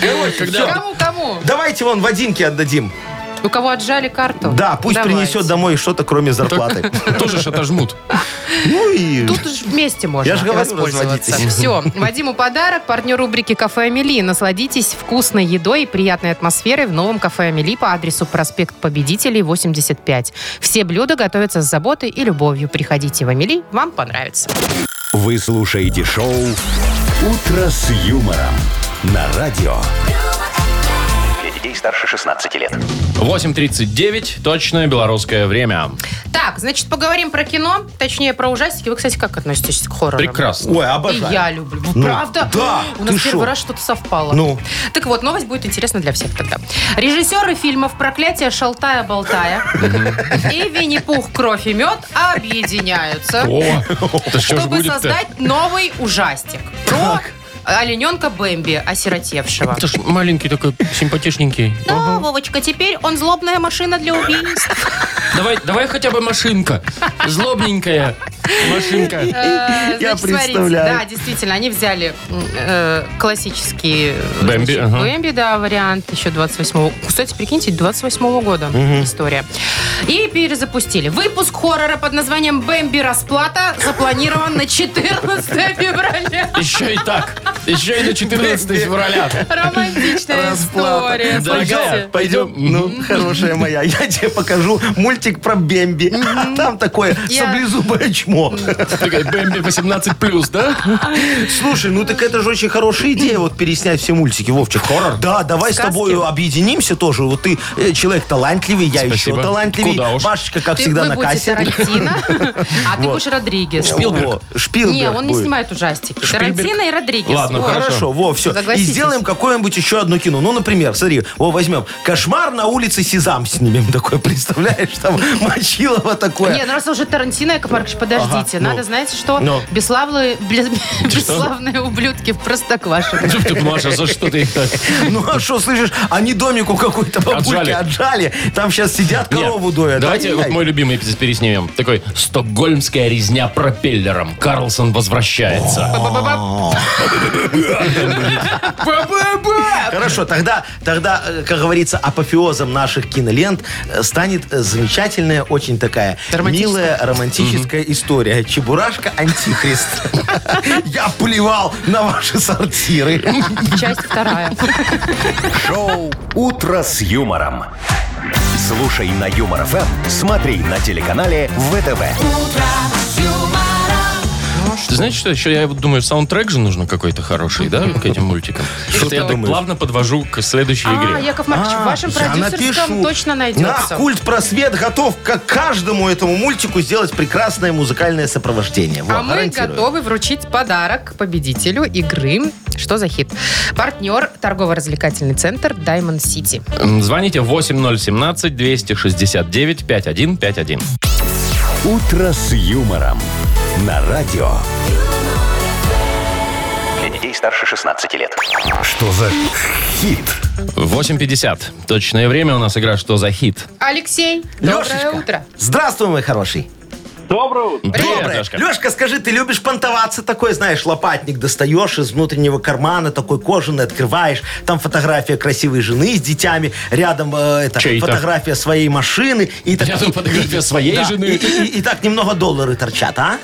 Speaker 4: Короче, всё.
Speaker 3: Кому, кому?
Speaker 4: Давайте вон Вадимке отдадим.
Speaker 3: У кого отжали карту?
Speaker 4: Да, пусть
Speaker 3: Давайте.
Speaker 4: принесет домой что-то, кроме зарплаты.
Speaker 2: Тоже ж отожмут.
Speaker 4: Ну и...
Speaker 3: Тут же вместе можно
Speaker 4: Я ж говорю, разводитесь.
Speaker 3: Все, Вадиму подарок, партнер рубрики «Кафе Амели». Насладитесь вкусной едой и приятной атмосферой в новом «Кафе Амели» по адресу проспект Победителей, 85. Все блюда готовятся с заботой и любовью. Приходите в Амели, вам понравится.
Speaker 1: Вы слушаете шоу «Утро с юмором» на радио.
Speaker 8: Для детей старше 16 лет.
Speaker 2: 8.39, точное белорусское время.
Speaker 3: Так, значит, поговорим про кино, точнее, про ужастики. Вы, кстати, как относитесь к хоррору?
Speaker 2: Прекрасно.
Speaker 4: Ой,
Speaker 3: И
Speaker 4: обожаю.
Speaker 3: я люблю.
Speaker 4: Ну,
Speaker 3: Правда?
Speaker 4: да,
Speaker 3: У нас
Speaker 4: ты
Speaker 3: первый
Speaker 4: шо?
Speaker 3: раз что-то совпало.
Speaker 4: Ну.
Speaker 3: Так вот, новость будет интересна для всех тогда. Режиссеры фильмов «Проклятие Шалтая-Болтая» и «Винни-Пух. Кровь и мед» объединяются,
Speaker 2: О, это что же
Speaker 3: чтобы
Speaker 2: будет-то?
Speaker 3: создать новый ужастик. Про олененка Бэмби, осиротевшего.
Speaker 2: Это ж маленький такой, симпатичненький.
Speaker 3: Но, Вовочка, теперь он злобная машина для убийств.
Speaker 2: Давай, давай хотя бы машинка. Злобненькая машинка.
Speaker 3: Э,
Speaker 4: *laughs* Я
Speaker 3: значит, смотрите,
Speaker 4: представляю.
Speaker 3: Да, действительно, они взяли м, э, классический э,
Speaker 2: Бэмби,
Speaker 3: значит,
Speaker 2: ага.
Speaker 3: Бэмби, да, вариант еще 28-го. Кстати, прикиньте, 28-го года история. И перезапустили. Выпуск хоррора под названием «Бэмби. Расплата» запланирован на 14 *laughs* февраля.
Speaker 2: Еще и так. Еще и на 14 февраля.
Speaker 3: Романтичная
Speaker 2: Дорогая,
Speaker 3: история. слушайте.
Speaker 4: Пойдем, ну, хорошая моя, я тебе покажу мультик про Бемби. А *laughs* там такое
Speaker 3: Я-
Speaker 4: саблезубое чмо.
Speaker 2: Такая Бэмби 18 плюс, да?
Speaker 4: Слушай, ну так это же очень хорошая идея, вот переснять все мультики, Вовчик. Хоррор? Да, давай
Speaker 3: Сказки?
Speaker 4: с тобой объединимся тоже. Вот ты э, человек талантливый, я
Speaker 2: Спасибо.
Speaker 4: еще талантливый.
Speaker 2: Куда уж.
Speaker 4: Машечка, как
Speaker 3: Ты-
Speaker 4: всегда,
Speaker 3: вы
Speaker 4: на
Speaker 3: будете
Speaker 4: кассе.
Speaker 3: Тарантино, а ты будешь Родригес.
Speaker 4: Шпилберг. Шпилберг
Speaker 3: Не, он не
Speaker 4: будет.
Speaker 3: снимает ужастики.
Speaker 2: Шпильберг.
Speaker 3: Тарантино и Родригес.
Speaker 2: Ладно,
Speaker 3: Вот.
Speaker 2: хорошо.
Speaker 4: Хорошо, во, все. И
Speaker 3: Согласитесь.
Speaker 4: сделаем какое-нибудь еще одно кино. Ну, например, смотри, во, возьмем «Кошмар на улице Сезам» снимем такое, представляешь, там *laughs* Мочилова такое.
Speaker 3: Не, ну раз уже Тарантино, Яков Маркович, подождите.
Speaker 4: Ага, ну.
Speaker 3: Надо, знаете что?
Speaker 4: Ну.
Speaker 3: Бесславные, бле- бесславные ублюдки в
Speaker 4: *laughs*
Speaker 3: Простоквашино.
Speaker 2: Тут, тут, Маша, за что ты их так?
Speaker 4: Ну а что, слышишь, они домику какой-то
Speaker 2: Отжали.
Speaker 4: бабульки отжали. Там сейчас сидят,
Speaker 2: Нет,
Speaker 4: корову доят.
Speaker 2: Давайте
Speaker 4: Ай-яй.
Speaker 2: вот мой любимый эпизод переснимем. Такой «Стокгольмская резня пропеллером. Карлсон возвращается».
Speaker 4: Хорошо, тогда, тогда, э, как говорится, апофеозом наших кинолент э, станет э, замечательная, очень такая
Speaker 3: Романтическая.
Speaker 4: милая романтическая история. Чебурашка Антихрист. *laughs* Я плевал на ваши сортиры.
Speaker 3: Часть вторая.
Speaker 1: Шоу «Утро с юмором». Слушай на Юмор ФМ, смотри на телеканале ВТВ.
Speaker 2: Ты знаете, что еще? Я вот думаю, саундтрек же нужно какой-то хороший, да, к этим мультикам. Что
Speaker 4: ты
Speaker 2: я так
Speaker 4: думаешь?
Speaker 2: плавно подвожу к следующей
Speaker 3: А,
Speaker 2: игре.
Speaker 3: Яков Маркович, в вашем
Speaker 4: Я
Speaker 3: продюсерском
Speaker 4: напишу.
Speaker 3: точно
Speaker 4: Наш
Speaker 3: найдется.
Speaker 4: культ просвет готов к каждому этому мультику сделать прекрасное музыкальное сопровождение. Во,
Speaker 3: А мы
Speaker 4: гарантирую.
Speaker 3: готовы вручить подарок победителю игры «Что за хит?». Партнер торгово-развлекательный центр Diamond City.
Speaker 2: М, Звоните 8017-269-5151.
Speaker 1: «Утро с юмором» на радио.
Speaker 8: Для детей старше 16 лет.
Speaker 1: Что за хит?
Speaker 2: 8.50. Точное время у нас игра «Что за хит?».
Speaker 3: Алексей,
Speaker 4: Лешечка,
Speaker 3: доброе утро.
Speaker 4: Здравствуй, мой хороший.
Speaker 5: Доброе утро.
Speaker 2: Привет,
Speaker 4: Доброе.
Speaker 2: Дашка.
Speaker 4: Лешка, скажи, ты любишь понтоваться такой, знаешь, лопатник достаешь из внутреннего кармана, такой кожаный, открываешь, там фотография красивой жены с детьми, рядом э, это,
Speaker 2: Чей-то.
Speaker 4: фотография своей машины. И так,
Speaker 2: Рядом
Speaker 4: и-
Speaker 2: фотография
Speaker 4: и-
Speaker 2: своей
Speaker 4: да,
Speaker 2: жены.
Speaker 4: И, и- и так немного доллары торчат, а?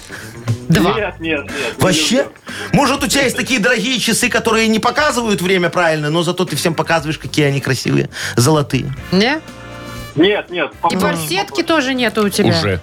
Speaker 3: Два.
Speaker 5: Нет, нет, нет.
Speaker 4: Вообще? Может, у тебя есть такие дорогие часы, которые не показывают время правильно, но зато ты всем показываешь, какие они красивые, золотые.
Speaker 3: Не?
Speaker 5: Нет, нет.
Speaker 3: И барсетки тоже нету у тебя?
Speaker 2: Уже.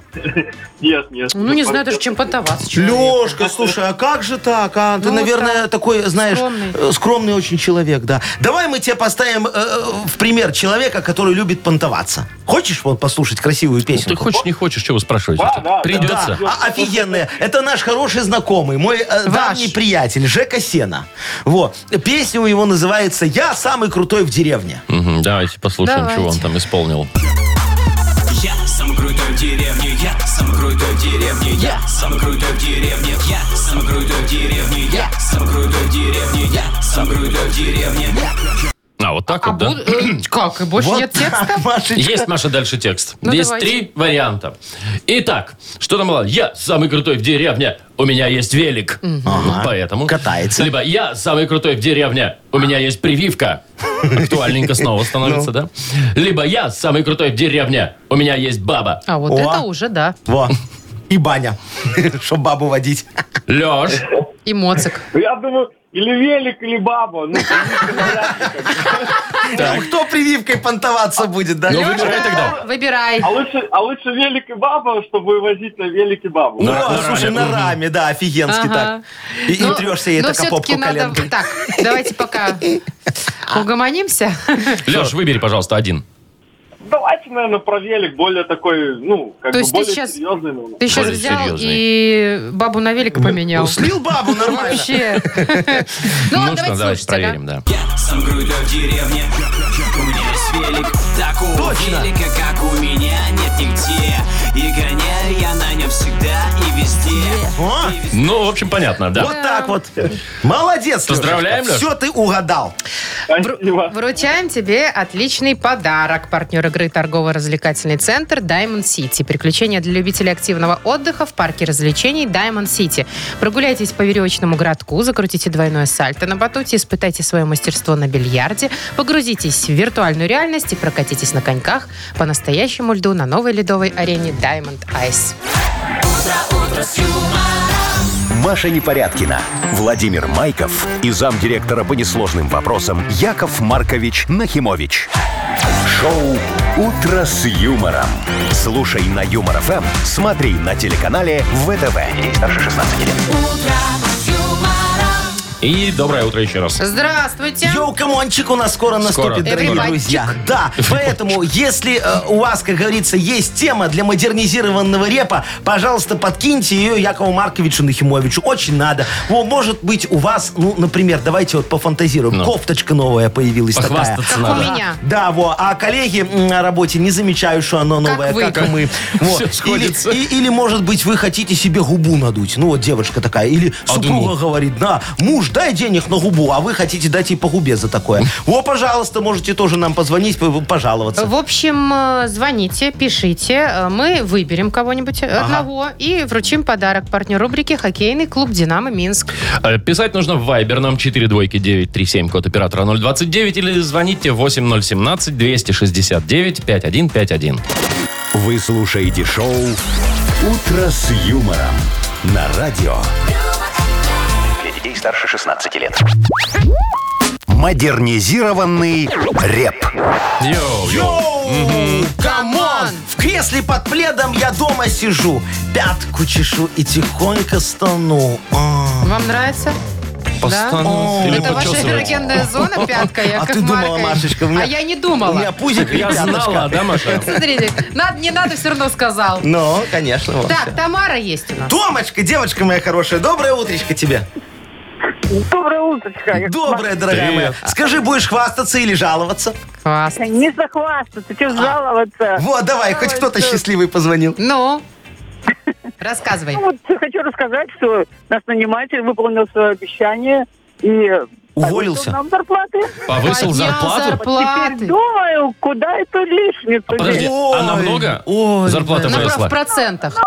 Speaker 5: Нет, нет.
Speaker 3: Ну, не знаю даже, чем понтоваться. человеку.
Speaker 4: Лешка, слушай, а как же так? а? Ты,
Speaker 3: Ну,
Speaker 4: наверное,
Speaker 3: так.
Speaker 4: такой, знаешь,
Speaker 3: Скромный.
Speaker 4: э, скромный очень человек, да. Давай мы тебе поставим э, э, в пример человека, который любит понтоваться. Хочешь вот послушать красивую песню?
Speaker 2: Ты хочешь, не хочешь, чего вы спрашиваете?
Speaker 5: Да, да,
Speaker 2: Придется.
Speaker 4: Да, а- офигенная. Это наш хороший знакомый, мой э, давний приятель, Жека Сена. Вот. Песня у его называется «Я самый крутой в деревне».
Speaker 2: Мгм, давайте послушаем,
Speaker 3: Давайте.
Speaker 2: чего он там исполнил.
Speaker 7: Я самый крутой в деревне, я самый крутой в деревне, я самый крутой в деревне, я самый крутой в деревне, я самый крутой в деревне, я самый крутой в деревне.
Speaker 2: А, вот так
Speaker 3: А
Speaker 2: вот, да?
Speaker 3: буд- э, Как? И больше
Speaker 4: Вот
Speaker 3: нет текста?
Speaker 4: так, *laughs* Машечка.
Speaker 2: Есть, Маша, дальше текст.
Speaker 3: Ну,
Speaker 2: есть
Speaker 3: давайте.
Speaker 2: три варианта. Итак, что там было? Я самый крутой в деревне, у меня есть велик.
Speaker 4: Ага.
Speaker 2: Поэтому.
Speaker 4: Катается.
Speaker 2: Либо я самый крутой в деревне, у меня есть прививка. Актуальненько
Speaker 4: Ну.
Speaker 2: снова становится, да? Либо я самый крутой в деревне, у меня есть баба.
Speaker 3: А вот
Speaker 4: О.
Speaker 3: это уже, да.
Speaker 4: Во. И баня, *laughs* чтобы бабу водить.
Speaker 2: Леш,
Speaker 3: И моцик.
Speaker 5: Я думаю, или велик, или баба. Ну, *laughs*
Speaker 4: Ну, кто прививкой понтоваться будет, да?
Speaker 2: ну выбирай тогда.
Speaker 3: Выбирай.
Speaker 5: а лучше, а лучше велик и баба, чтобы возить на велике бабу.
Speaker 4: Ну,
Speaker 2: На-
Speaker 4: а,
Speaker 2: на
Speaker 4: слушай,
Speaker 2: раме.
Speaker 4: на раме, да, офигенски
Speaker 3: Ага.
Speaker 4: так. И, и трешься ей
Speaker 3: Ну, но
Speaker 4: так о попку
Speaker 3: всё-таки надо-
Speaker 4: коленкой.
Speaker 3: Так, давайте
Speaker 4: *laughs*
Speaker 3: пока угомонимся.
Speaker 2: Леш, выбери, пожалуйста, один.
Speaker 5: Давайте, наверное, про велик более такой, ну, как
Speaker 3: То
Speaker 5: бы
Speaker 3: есть ты
Speaker 5: более
Speaker 3: щас-
Speaker 5: серьезный. ну, наверное.
Speaker 3: Ты сейчас
Speaker 2: Более
Speaker 3: взял
Speaker 2: серьезный.
Speaker 3: и бабу на велик поменял.
Speaker 4: Слил бабу Ну, нормально.
Speaker 3: Вообще. *laughs* Ну ладно, давайте
Speaker 2: давайте
Speaker 3: слушать, ага.
Speaker 2: проверим, да.
Speaker 7: Я самый крутой в деревне, у меня есть велик, такого
Speaker 4: Точно.
Speaker 7: велика, как у меня нет нигде. И гоняю я на нем всегда и везде.
Speaker 4: О,
Speaker 2: Ну, в общем, понятно, да.
Speaker 4: Вот так вот. Молодец,
Speaker 2: Поздравляем, Лёш.
Speaker 4: Все ты угадал.
Speaker 5: Спасибо.
Speaker 3: Вручаем тебе отличный подарок. Партнер игры торгово-развлекательный центр Diamond City. Приключения для любителей активного отдыха в парке развлечений Diamond City. Прогуляйтесь по веревочному городку, закрутите двойное сальто на батуте, испытайте свое мастерство на бильярде, погрузитесь в виртуальную реальность и прокатитесь на коньках по настоящему льду на новой ледовой арене Diamond Ice.
Speaker 1: Маша Непорядкина, Владимир Майков и замдиректора по несложным вопросам Яков Маркович Нахимович. Шоу «Утро с юмором». Слушай на Юмор ФМ, смотри на телеканале ВТВ. Здесь старше 16 лет.
Speaker 2: И доброе утро еще раз.
Speaker 3: Здравствуйте!
Speaker 4: Йоу, камончик у нас скоро
Speaker 2: Скоро.
Speaker 4: наступит, дорогие
Speaker 3: Everybody.
Speaker 4: друзья. Да, поэтому, если э, у вас, как говорится, есть тема для модернизированного репа, пожалуйста, подкиньте ее Якову Марковичу Нахимовичу. Очень надо. Во, может быть, у вас, ну, например, давайте вот пофантазируем.
Speaker 2: Ну.
Speaker 4: Кофточка новая появилась такая.
Speaker 2: Похвастаться
Speaker 3: Как у
Speaker 2: надо.
Speaker 3: меня.
Speaker 4: Да, во. А коллеги м, на работе не замечают, что оно новое, как,
Speaker 3: вы.
Speaker 4: мы. Во.
Speaker 2: Всё сходится.
Speaker 4: Или, и- или, может быть, вы хотите себе губу надуть. Ну, вот девочка такая. Или супруга
Speaker 2: ну.
Speaker 4: говорит, да, муж, дай денег на губу, а вы хотите дать ей по губе за такое. Во, пожалуйста, можете тоже нам позвонить, п- пожаловаться.
Speaker 3: В общем, э, звоните, пишите. Э, Мы выберем кого-нибудь э, одного и вручим подарок партнеру рубрики «Хоккейный клуб «Динамо Минск».
Speaker 2: Э, Писать нужно в Viber нам 42937, код оператора 029, или звоните 8017-269-5151.
Speaker 1: Вы слушаете шоу «Утро с юмором» на радио
Speaker 8: Для детей старше 16 лет.
Speaker 1: «Модернизированный реп».
Speaker 2: Йоу-йоу.
Speaker 4: Йоу, камон! В кресле под пледом я дома сижу, пятку чешу и тихонько стану. А.
Speaker 3: Вам нравится?
Speaker 2: Постану. Или
Speaker 3: Это ваша
Speaker 2: почесывать.
Speaker 3: эрогенная зона, пятка,
Speaker 4: *laughs* А
Speaker 3: Яков
Speaker 4: ты думала,
Speaker 3: Маркович?
Speaker 4: Машечка, у меня-
Speaker 3: А я не
Speaker 4: У меня
Speaker 3: думала.
Speaker 4: пузик и
Speaker 2: Я
Speaker 4: пяточка.
Speaker 2: знала, да, Маша?
Speaker 3: *laughs* Смотрите, надо, не надо, все равно сказал.
Speaker 4: Ну, конечно. вот всё.
Speaker 3: Так, Тамара есть у нас.
Speaker 4: Томочка, девочка моя хорошая, доброе утречко тебе.
Speaker 6: Доброе утречко.
Speaker 4: Доброе, дорогая моя. Скажи, будешь хвастаться или жаловаться?
Speaker 3: Класс.
Speaker 6: Не захвастаться, тебе жаловаться.
Speaker 4: А. Вот, давай, хоть кто-то счастливый позвонил.
Speaker 3: Ну, рассказывай.
Speaker 6: Ну, вот хочу рассказать, что наш наниматель выполнил свое обещание и
Speaker 3: А
Speaker 4: Уволился.
Speaker 6: повысил нам зарплаты.
Speaker 2: Повысил
Speaker 3: Поднял
Speaker 2: зарплату?
Speaker 6: Теперь
Speaker 3: зарплаты.
Speaker 6: думаю, куда эту лишницу.
Speaker 4: А
Speaker 2: Подожди,
Speaker 4: Ой,
Speaker 2: она много?
Speaker 4: ой,
Speaker 2: Зарплата
Speaker 4: блин.
Speaker 3: Ну,
Speaker 2: выросла.
Speaker 3: в процентах.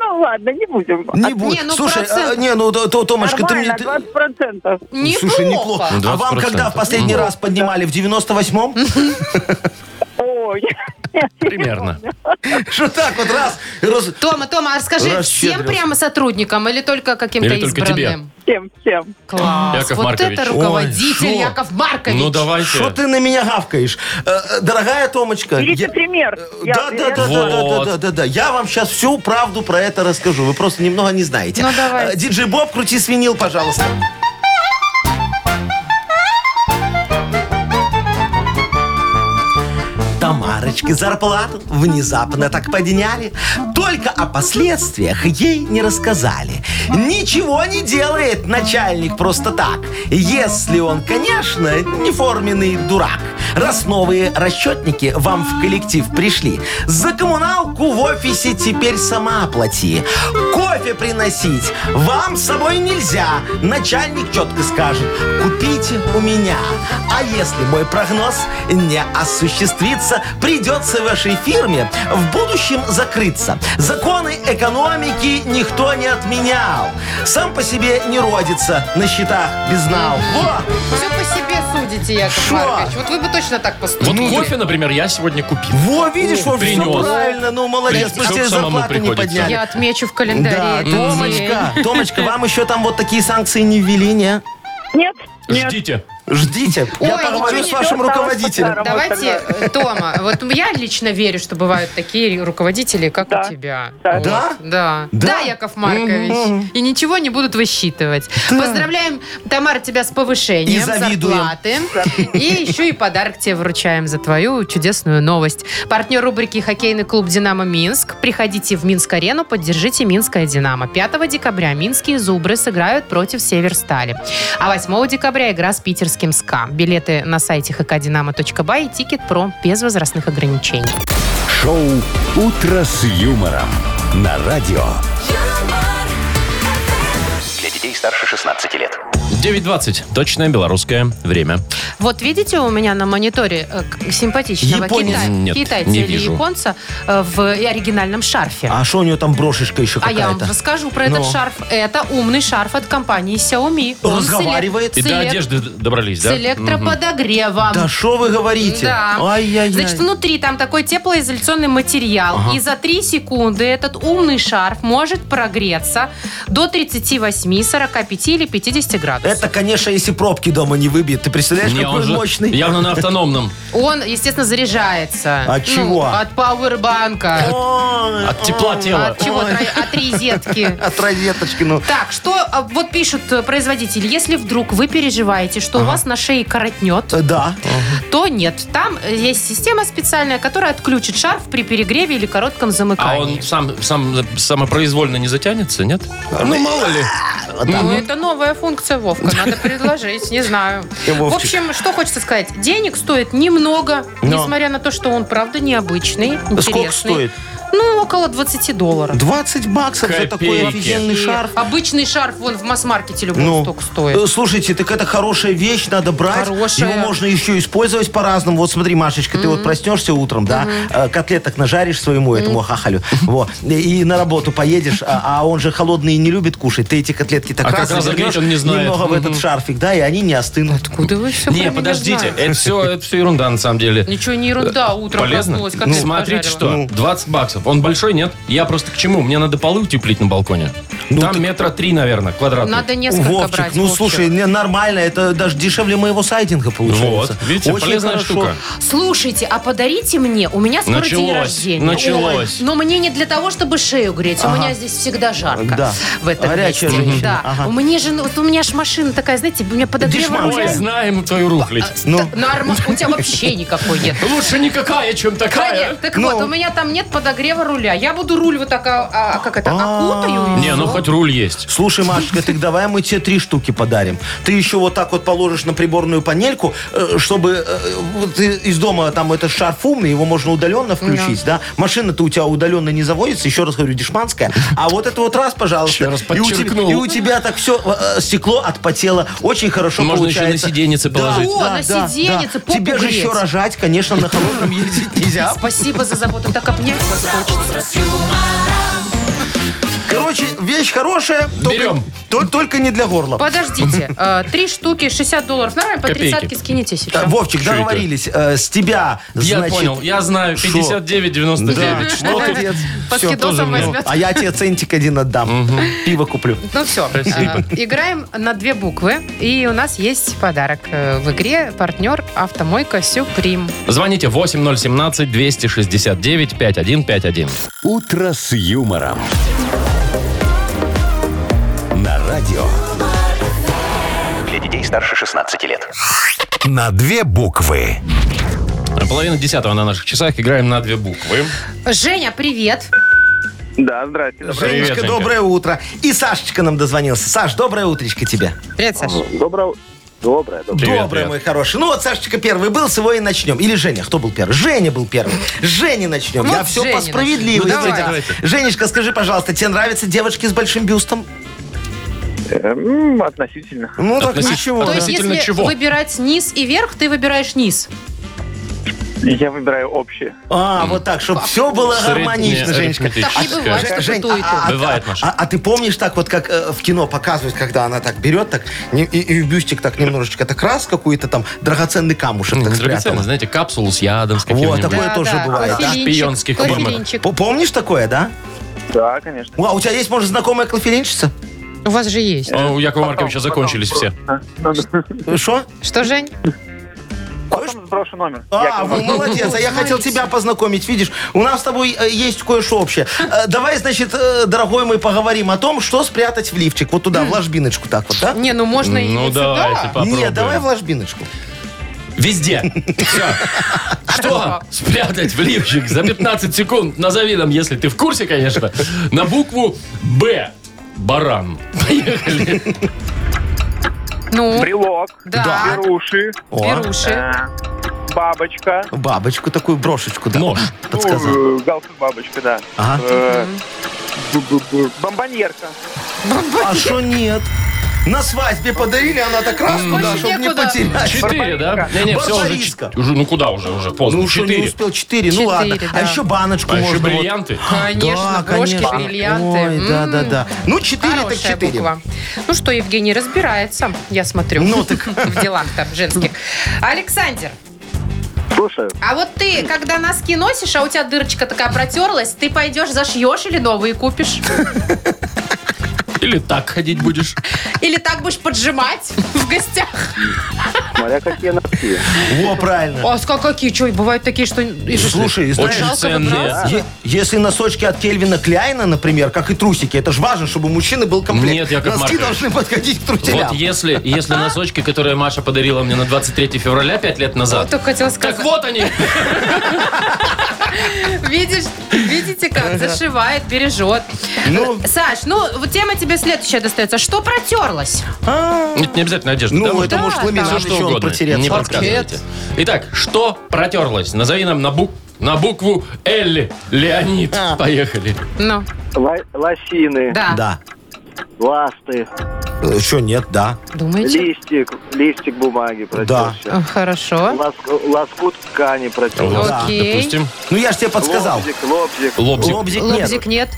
Speaker 6: Ну ладно, не будем.
Speaker 4: Не
Speaker 3: А,
Speaker 4: будет.
Speaker 3: не, ну,
Speaker 4: Слушай,
Speaker 3: процент.
Speaker 4: а, не, ну, то- то, Томочка, ты мне...
Speaker 6: Нормально,
Speaker 4: ты-
Speaker 6: 20%.
Speaker 4: Слушай, неплохо.
Speaker 3: неплохо.
Speaker 2: Ну,
Speaker 3: Ну,
Speaker 4: А вам
Speaker 2: 20%.
Speaker 3: *laughs*
Speaker 4: когда в последний раз поднимали? В 98-м?
Speaker 6: Ой, *laughs*
Speaker 2: Примерно.
Speaker 4: Что так вот раз, и раз-
Speaker 3: Тома, Тома, а расскажи всем
Speaker 4: Расщедрился.
Speaker 3: прямо сотрудникам или только каким-то
Speaker 2: Или только тебе?
Speaker 3: избранным?
Speaker 6: Всем, всем.
Speaker 3: Класс.
Speaker 2: Яков
Speaker 3: вот
Speaker 2: Маркович.
Speaker 3: это руководитель,
Speaker 4: Ой, шо?
Speaker 3: Яков Маркович.
Speaker 2: Ну, давайте.
Speaker 4: Что ты на меня гавкаешь? Э, э, Дорогая Томочка,
Speaker 6: Берите
Speaker 4: я- э,
Speaker 6: пример. Я-
Speaker 4: Да, да, да, да,
Speaker 2: Вот.
Speaker 4: да, да, да, да, да. Я вам сейчас всю правду про это расскажу. Вы просто немного не знаете.
Speaker 3: Ну, давайте.
Speaker 4: Э, Диджей Боб, крути свинил, пожалуйста. Тамарочке зарплату внезапно так подняли. Только о последствиях ей не рассказали. Ничего не делает начальник просто так. Если он, конечно, неформенный дурак. Раз новые расчетники вам в коллектив пришли, за коммуналку в офисе теперь сама плати. Кофе приносить вам с собой нельзя. Начальник четко скажет, купите у меня. А если мой прогноз не осуществится, придется вашей фирме в будущем закрыться. Законы экономики никто не отменял. Сам по себе не родится на счетах безнал. Вот,
Speaker 3: Все по себе судите, Яков
Speaker 4: Шо?
Speaker 3: Маркович. Вот вы бы точно так поступили.
Speaker 2: Вот кофе, например, я сегодня купил.
Speaker 4: во, видишь, вот всё
Speaker 2: Принёс.
Speaker 4: правильно, ну молодец,
Speaker 2: Блин,
Speaker 4: мы ж
Speaker 2: всё
Speaker 4: тебе
Speaker 2: самому
Speaker 4: зарплату не
Speaker 2: приходится.
Speaker 4: подняли.
Speaker 3: Я отмечу в календаре.
Speaker 4: Да,
Speaker 3: этот
Speaker 4: Томочка,
Speaker 3: день.
Speaker 4: Томочка, вам еще там вот такие санкции не ввели, не?
Speaker 6: Нет, нет.
Speaker 2: Ждите.
Speaker 4: Ждите, я
Speaker 3: Ой,
Speaker 4: поговорю
Speaker 3: ничего
Speaker 4: с
Speaker 3: не
Speaker 4: вашим
Speaker 6: осталось
Speaker 4: руководителем.
Speaker 6: по-старому.
Speaker 3: Давайте, э, Тома, вот я лично верю, что бывают такие руководители, как
Speaker 6: Да.
Speaker 3: у тебя.
Speaker 6: Да.
Speaker 3: Вот,
Speaker 4: Да?
Speaker 3: Да.
Speaker 4: Да?
Speaker 3: Да, Яков Маркович. И ничего не будут высчитывать. Поздравляем, Тамара, тебя с повышением
Speaker 4: И завидуем.
Speaker 3: зарплаты. И еще и подарок тебе вручаем за твою чудесную новость. Партнер рубрики «Хоккейный клуб «Динамо Минск». Приходите в Минск-арену, поддержите «Минское Динамо». 5 декабря минские «Зубры» сыграют против «Северстали». А 8 декабря игра с питерским «СКА». Билеты на сайте hkdinamo.by и тикет про без возрастных ограничений.
Speaker 1: Шоу «Утро с юмором» на радио.
Speaker 8: Для детей старше 16 лет.
Speaker 2: 9.20. Точное белорусское время.
Speaker 3: Вот видите у меня на мониторе э, к- симпатичного
Speaker 4: Японец?
Speaker 3: китай-
Speaker 2: Нет,
Speaker 3: китайца
Speaker 2: не
Speaker 3: или
Speaker 2: вижу.
Speaker 3: японца э, в оригинальном шарфе.
Speaker 4: А что у него там брошечка еще
Speaker 3: А я вам
Speaker 4: какая-то?
Speaker 3: расскажу про
Speaker 4: Ну.
Speaker 3: этот шарф. Это умный шарф от компании Xiaomi. Он с эле-
Speaker 4: Разговаривает?
Speaker 3: с
Speaker 2: И до
Speaker 3: эле-
Speaker 2: одежды д- добрались,
Speaker 3: С
Speaker 2: да?
Speaker 3: электроподогревом.
Speaker 4: Да что вы говорите?
Speaker 3: Да.
Speaker 4: Ай-яй-яй.
Speaker 3: Значит, ну, внутри там такой теплоизоляционный материал. И за 3 секунды этот умный шарф может прогреться до 38, 45 или 50 градусов.
Speaker 4: Это, конечно, если пробки дома не выбьет. Ты представляешь,
Speaker 2: Не,
Speaker 4: какой
Speaker 2: он же
Speaker 4: мощный?
Speaker 2: явно на автономном.
Speaker 3: Он, естественно, заряжается.
Speaker 4: От
Speaker 3: Ну,
Speaker 4: чего?
Speaker 3: От пауэрбанка.
Speaker 4: Ой,
Speaker 2: От тепла тела.
Speaker 3: От чего? Тро- От розетки.
Speaker 4: *laughs* От розеточки, ну.
Speaker 3: Так, что а, вот пишут э, производители, если вдруг вы переживаете, что у вас на шее коротнет,
Speaker 4: Э, Да.
Speaker 3: то нет. Там э, есть система специальная, которая отключит шарф при перегреве или коротком
Speaker 2: А
Speaker 3: замыкании.
Speaker 2: он сам, сам самопроизвольно не затянется, нет? Ну, мало ли.
Speaker 3: Ну, это новая функция, Вовка,
Speaker 4: *laughs*
Speaker 3: надо предложить, не знаю.
Speaker 4: Э,
Speaker 3: В
Speaker 4: Вовчик.
Speaker 3: общем, что хочется сказать, денег стоит немного,
Speaker 4: Но.
Speaker 3: несмотря на то, что он, правда, необычный, интересный.
Speaker 4: Сколько стоит?
Speaker 3: Ну, около 20 долларов.
Speaker 4: 20 баксов за такой
Speaker 2: Копейки.
Speaker 4: офигенный
Speaker 3: И
Speaker 4: шарф.
Speaker 3: Обычный шарф вон в масс-маркете любой столько стоит.
Speaker 4: э, Слушайте, так это хорошая вещь, надо брать.
Speaker 3: Хорошая.
Speaker 4: Его можно еще использовать по-разному. Вот смотри, Машечка, ты вот проснешься утром, да, э, котлеток нажаришь своему этому хахалю, вот, и и на работу поедешь, а а он же холодные не любит кушать. Ты эти котлетки так
Speaker 2: А как
Speaker 4: раз
Speaker 2: разогреть,
Speaker 4: завернешь
Speaker 2: он не знает.
Speaker 4: немного в этот
Speaker 2: Мгм.
Speaker 4: шарфик, да, и они не остынут.
Speaker 3: Куда вы все
Speaker 2: Не, подождите, это все, это все ерунда на самом деле.
Speaker 3: Ничего не ерунда, утром
Speaker 2: Полезно? Ну,
Speaker 3: проснулась. котлету
Speaker 2: Смотрите,
Speaker 3: пожарила.
Speaker 2: что, 20 баксов. Он большой, нет? Я просто к чему? Мне надо полы утеплить на балконе. Там метра три, наверное, квадратных.
Speaker 3: Надо несколько
Speaker 4: Вовчик,
Speaker 3: брать.
Speaker 4: ну
Speaker 3: Вовчик.
Speaker 4: слушай, не, нормально, это даже дешевле моего сайдинга
Speaker 2: Вот,
Speaker 4: получается.
Speaker 2: видите,
Speaker 4: Очень
Speaker 2: полезная
Speaker 4: хорошо.
Speaker 2: штука.
Speaker 3: Слушайте, а подарите мне, у меня скоро день
Speaker 2: Началось,
Speaker 3: рождения.
Speaker 2: началось.
Speaker 3: Ой, но мне не для того, чтобы шею греть, у меня здесь всегда жарко.
Speaker 4: Да.
Speaker 3: В этом
Speaker 4: Горячая
Speaker 3: месте.
Speaker 4: женщина,
Speaker 3: Да.
Speaker 4: ага.
Speaker 3: У меня же, ну, вот у меня ж машина такая, знаете, у меня подогрева
Speaker 4: Дешман.
Speaker 2: Ой,
Speaker 3: руля.
Speaker 2: знаем твою рухлядь.
Speaker 4: Ну.
Speaker 3: Т- норма- у тебя вообще никакой нет.
Speaker 2: Лучше никакая, чем
Speaker 3: Конечно.
Speaker 2: такая.
Speaker 3: Так
Speaker 4: Ну.
Speaker 3: вот, у меня там нет подогрева руля. Я буду руль вот так, а, а, как это,
Speaker 4: А.
Speaker 3: окутаю. и
Speaker 2: Не, ну
Speaker 3: всё.
Speaker 2: хоть руль есть.
Speaker 4: Слушай, Машечка, так давай мы тебе три штуки подарим. Ты еще вот так вот положишь на приборную панельку, э, чтобы э, вот ты из дома там это шарф умный, его можно удаленно включить, да? Машина-то у тебя удаленно не заводится, еще раз говорю, дешманская. А вот это вот раз, пожалуйста.
Speaker 2: Еще раз
Speaker 4: и, у тебя,
Speaker 2: подчеркнул.
Speaker 4: и у тебя так все, стекло отпотело. Очень хорошо
Speaker 2: Можно еще
Speaker 4: получается.
Speaker 2: на сиденьице
Speaker 4: Да,
Speaker 2: положить.
Speaker 3: О,
Speaker 4: да,
Speaker 3: на
Speaker 4: да,
Speaker 3: сиденьице,
Speaker 4: да.
Speaker 3: попу
Speaker 4: Тебе же
Speaker 3: греть.
Speaker 4: еще рожать, конечно,
Speaker 2: *laughs*
Speaker 4: на холодном ездить нельзя.
Speaker 3: Спасибо за заботу. Так обнять вас хочется.
Speaker 4: Короче, вещь хорошая. только
Speaker 2: Берем.
Speaker 4: То- Только не для горла. *laughs*
Speaker 3: Подождите, э, три штуки, 60 долларов. Нормально, по
Speaker 2: Копейки.
Speaker 3: тридцатке скинете сейчас.
Speaker 4: Да, Вовчик,
Speaker 2: Чё это?
Speaker 4: договорились. э, С тебя,
Speaker 2: Я
Speaker 4: значит...
Speaker 2: понял, я знаю,
Speaker 4: шо?
Speaker 2: 59,99.
Speaker 4: Да,
Speaker 3: Ну,
Speaker 2: Что Ну, ты?
Speaker 4: молодец.
Speaker 3: По
Speaker 4: Всё,
Speaker 3: скидосам
Speaker 4: тоже мне.
Speaker 3: возьмёт.
Speaker 4: А я тебе центик один отдам. Пиво куплю.
Speaker 3: Ну все,
Speaker 2: Спасибо.
Speaker 3: играем на две буквы. И у нас есть подарок э, в игре. Партнер «Автомойка Сюприм».
Speaker 2: Звоните 8017-269-5151.
Speaker 1: «Утро с юмором». На радио.
Speaker 8: Для детей старше 16 лет.
Speaker 1: На две буквы.
Speaker 2: Половина десятого на наших часах. Играем на две буквы.
Speaker 3: Женя, привет.
Speaker 6: Да, здрасте.
Speaker 2: Привет,
Speaker 4: Женечка,
Speaker 2: Женька.
Speaker 4: доброе утро. И Сашечка нам дозвонился. Саш, доброе утречко тебе.
Speaker 3: Привет, Саша.
Speaker 6: Доброе. Доброе, доброе.
Speaker 2: Привет,
Speaker 4: доброе,
Speaker 2: привет.
Speaker 4: мой хороший. Ну вот Сашечка первый был, с его и начнем. Или Женя, кто был первый? Женя был первый. С Жени начнем.
Speaker 3: Ну,
Speaker 4: Я
Speaker 3: с
Speaker 4: все
Speaker 3: Жени
Speaker 4: по
Speaker 3: начнем.
Speaker 4: справедливости.
Speaker 2: Ну, давайте,
Speaker 4: да.
Speaker 2: давайте.
Speaker 4: Женечка, скажи, пожалуйста, тебе нравятся девочки с большим бюстом?
Speaker 6: Э, М, относительно.
Speaker 4: Ну так
Speaker 2: Относи-
Speaker 4: ничего.
Speaker 3: А То есть,
Speaker 2: Относительно
Speaker 3: если
Speaker 2: чего?
Speaker 3: выбирать низ и верх, ты выбираешь низ.
Speaker 6: Я выбираю общее.
Speaker 4: А, вот так, чтобы все было гармонично, Женечка.
Speaker 3: Так не бывает,
Speaker 2: Среднеарифметическое.
Speaker 3: что
Speaker 4: Жень,
Speaker 3: то и
Speaker 4: а-
Speaker 3: то.
Speaker 4: а-
Speaker 2: Бывает, Маша.
Speaker 4: А, а ты помнишь так вот, как э, в кино показывают, когда она так берет так не- и, и в бюстик так немножечко так раз какой-то там драгоценный камушек так
Speaker 2: Драгоценно,
Speaker 4: спрятала.
Speaker 2: знаете, капсулу с ядом с
Speaker 4: Вот, а
Speaker 2: каким-нибудь.
Speaker 4: такое
Speaker 3: Да,
Speaker 4: тоже
Speaker 3: да,
Speaker 4: Ну, бывает. да?
Speaker 3: кофелинчик,
Speaker 2: Шпионских
Speaker 3: кофелинчик.
Speaker 4: П- Помнишь такое, да?
Speaker 6: Да, конечно.
Speaker 4: О, а у тебя есть, может, знакомая клофелинщица?
Speaker 3: У вас же есть.
Speaker 2: А У Якова Марковича закончились все.
Speaker 6: А, надо-
Speaker 4: Что?
Speaker 3: Что, Жень?
Speaker 6: Потом сброшу номер.
Speaker 4: А,
Speaker 6: Яков
Speaker 4: вы
Speaker 6: Маркович.
Speaker 4: молодец, а я хотел тебя познакомить, видишь, у нас с тобой э, есть кое-что общее. Э, Давай, значит, э, дорогой мы поговорим о том, что спрятать в лифчик, вот туда, в ложбиночку так вот, да?
Speaker 3: Не, ну можно и
Speaker 2: Ну
Speaker 3: не
Speaker 2: давайте
Speaker 3: сюда.
Speaker 2: попробуем.
Speaker 4: Нет, давай в ложбиночку.
Speaker 2: Везде. Всё.
Speaker 3: *laughs*
Speaker 2: Что спрятать в лифчик за 15 секунд? Назови нам, если ты в курсе, конечно, на букву «Б». Баран. Поехали.
Speaker 3: Ну,
Speaker 6: Брелок.
Speaker 3: да.
Speaker 6: Беруши.
Speaker 4: О,
Speaker 3: Беруши.
Speaker 6: э, Бабочка.
Speaker 4: бабочку такую, брошечку, да?
Speaker 2: Нож.
Speaker 4: Подсказал.
Speaker 6: Ну, э, галстук бабочка, да.
Speaker 4: Ага.
Speaker 6: Э, бу-бу-бу. Бомбоньерка.
Speaker 4: А что нет? На свадьбе подарили, она так раз туда,
Speaker 3: Больше
Speaker 4: чтобы не
Speaker 3: некуда.
Speaker 4: потерять.
Speaker 2: Четыре, да? Не, не, все уже,
Speaker 4: Барбариска.
Speaker 2: чет- уже. Ну куда уже? Уже поздно.
Speaker 4: Ну, что не
Speaker 2: Четыре.
Speaker 4: успел, четыре, ну
Speaker 3: Четыре,
Speaker 4: ладно.
Speaker 3: да.
Speaker 4: А еще баночку
Speaker 2: А еще
Speaker 4: можно. вот.
Speaker 2: бриллианты.
Speaker 3: Конечно,
Speaker 4: да,
Speaker 3: брошки,
Speaker 4: конечно.
Speaker 3: бриллианты. М-м-м.
Speaker 4: Ой, да, да,
Speaker 3: М,
Speaker 4: да. Ну, четыре так
Speaker 3: Хорошая
Speaker 4: четыре.
Speaker 3: буква. Ну что, Евгений разбирается, я смотрю.
Speaker 4: Ну
Speaker 3: *laughs*
Speaker 4: так.
Speaker 3: В делах там женских. Александр,
Speaker 6: Слушаю.
Speaker 3: а вот ты, когда носки носишь, а у тебя дырочка такая протерлась, ты пойдешь, зашьешь или новые купишь?
Speaker 2: Или так ходить будешь.
Speaker 3: Или так будешь поджимать в гостях?
Speaker 6: Смотря какие носки.
Speaker 4: Во, правильно.
Speaker 3: А с как- какие? Че, бывают такие, что... и что-
Speaker 4: Слушай, знаешь,
Speaker 2: Очень
Speaker 3: Жалко
Speaker 2: ценные.
Speaker 3: выбрасывать.
Speaker 4: Е- Если носочки от Кельвина Кляйна, например, как и трусики, это же важно, чтобы у мужчины был комплект.
Speaker 2: Нет, Яков
Speaker 4: Носки
Speaker 2: Маркович.
Speaker 4: должны подходить к
Speaker 2: Вот
Speaker 4: труселям.
Speaker 2: если, если носочки, которые Маша подарила мне на 23 февраля 5 лет
Speaker 3: Вот
Speaker 2: назад.
Speaker 3: только хотела сказать.
Speaker 2: Так вот они.
Speaker 3: Видишь, видите, как зашивает, бережет.
Speaker 4: Ну.
Speaker 3: Саш, ну вот тема тебе следующая достается. Что протерлось?
Speaker 4: А,
Speaker 2: Это не обязательно одежда. да,
Speaker 4: Ну,
Speaker 2: вот
Speaker 4: это
Speaker 3: да,
Speaker 4: может
Speaker 3: там
Speaker 4: ламинат
Speaker 2: Все что
Speaker 4: еще он
Speaker 2: угодно.
Speaker 4: протереться.
Speaker 2: Не
Speaker 4: Паркет.
Speaker 2: подсказывайте. Итак, что протерлось? Назови нам на, бук- на букву Л. Леонид.
Speaker 3: А.
Speaker 2: Поехали.
Speaker 3: Ну,
Speaker 6: Лосины,
Speaker 3: да.
Speaker 4: Да.
Speaker 6: ласты,
Speaker 4: Еще нет, да.
Speaker 3: Думаете?
Speaker 6: листик, листик бумаги
Speaker 4: протерся.
Speaker 3: Э, Хорошо.
Speaker 6: лоскут ткани
Speaker 2: Вот,
Speaker 4: Да.
Speaker 3: Окей.
Speaker 2: Допустим.
Speaker 4: Ну, я же тебе подсказал.
Speaker 6: лобзик.
Speaker 2: Лобзик.
Speaker 4: Лобзик нет.
Speaker 3: Лобзик нет.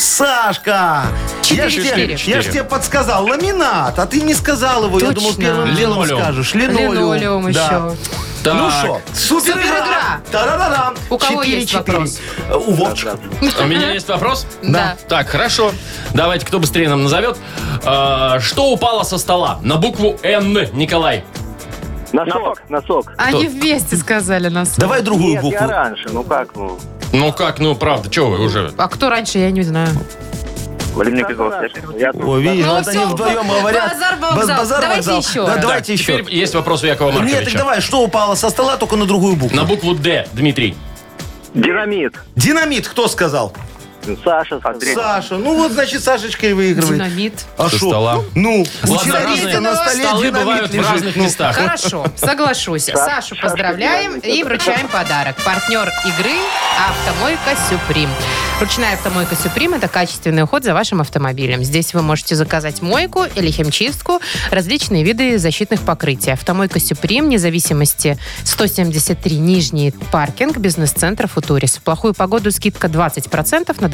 Speaker 4: Сашка! Я
Speaker 3: Четыре,
Speaker 4: ж тебе-
Speaker 3: четыре.
Speaker 4: Я же тебе подсказал, ламинат, а ты не сказал его. Я
Speaker 3: Точно.
Speaker 4: думал, первым делом
Speaker 2: Линолеум.
Speaker 4: скажешь. Линолеум.
Speaker 3: Линолеум
Speaker 4: Да.
Speaker 3: еще.
Speaker 2: Так.
Speaker 4: Ну что, супер
Speaker 3: Суперигра.
Speaker 4: игра! Та-да-да-дам!
Speaker 3: У кого
Speaker 4: Четыре,
Speaker 3: есть
Speaker 4: четыре.
Speaker 3: вопрос?
Speaker 4: Э, У Вовчика.
Speaker 2: У меня есть вопрос?
Speaker 3: Да.
Speaker 2: Так, хорошо. Давайте, кто быстрее нам назовет. А, что упало со стола? На букву Н, Николай.
Speaker 6: Носок, носок.
Speaker 3: Они вместе сказали нас.
Speaker 4: Давай другую букву.
Speaker 6: раньше, ну как, ну.
Speaker 2: Ну как, ну правда, чего вы уже?
Speaker 3: А кто раньше, я не знаю.
Speaker 6: Блин, мне казалось, я тут-
Speaker 4: О, видишь,
Speaker 3: Ну,
Speaker 4: вот они
Speaker 3: всё,
Speaker 4: вдвоем
Speaker 3: базар,
Speaker 4: говорят.
Speaker 3: вокзал.
Speaker 4: Баз-
Speaker 3: Давайте еще
Speaker 4: Да,
Speaker 3: раз.
Speaker 4: давайте
Speaker 2: Так,
Speaker 4: еще.
Speaker 2: Теперь есть вопрос у Якова Марковича.
Speaker 4: Нет, так давай, что упало со стола, только на другую букву.
Speaker 2: На букву Д, Дмитрий.
Speaker 6: Динамит.
Speaker 4: Динамит, кто сказал?
Speaker 6: Саша, Андрей.
Speaker 4: Саша. Ну вот, значит, Сашечка и выигрывает.
Speaker 3: Динамит.
Speaker 4: А
Speaker 2: Со
Speaker 4: шо?
Speaker 2: стола.
Speaker 4: Ну, у
Speaker 2: Ладно,
Speaker 4: террориста
Speaker 2: разные
Speaker 4: на столе
Speaker 2: столы бывают
Speaker 4: динамит
Speaker 2: в разных
Speaker 4: лежит. Ну,
Speaker 2: местах.
Speaker 3: Хорошо, соглашусь. Сашу поздравляем и вручаем подарок. Партнер игры «Автомойка Сюприм». Ручная автомойка Сюприм – это качественный уход за вашим автомобилем. Здесь вы можете заказать мойку или химчистку, различные виды защитных покрытий. Автомойка Сюприм, независимости 173 Нижний паркинг, бизнес-центр «Футурис». В плохую погоду скидка 20% на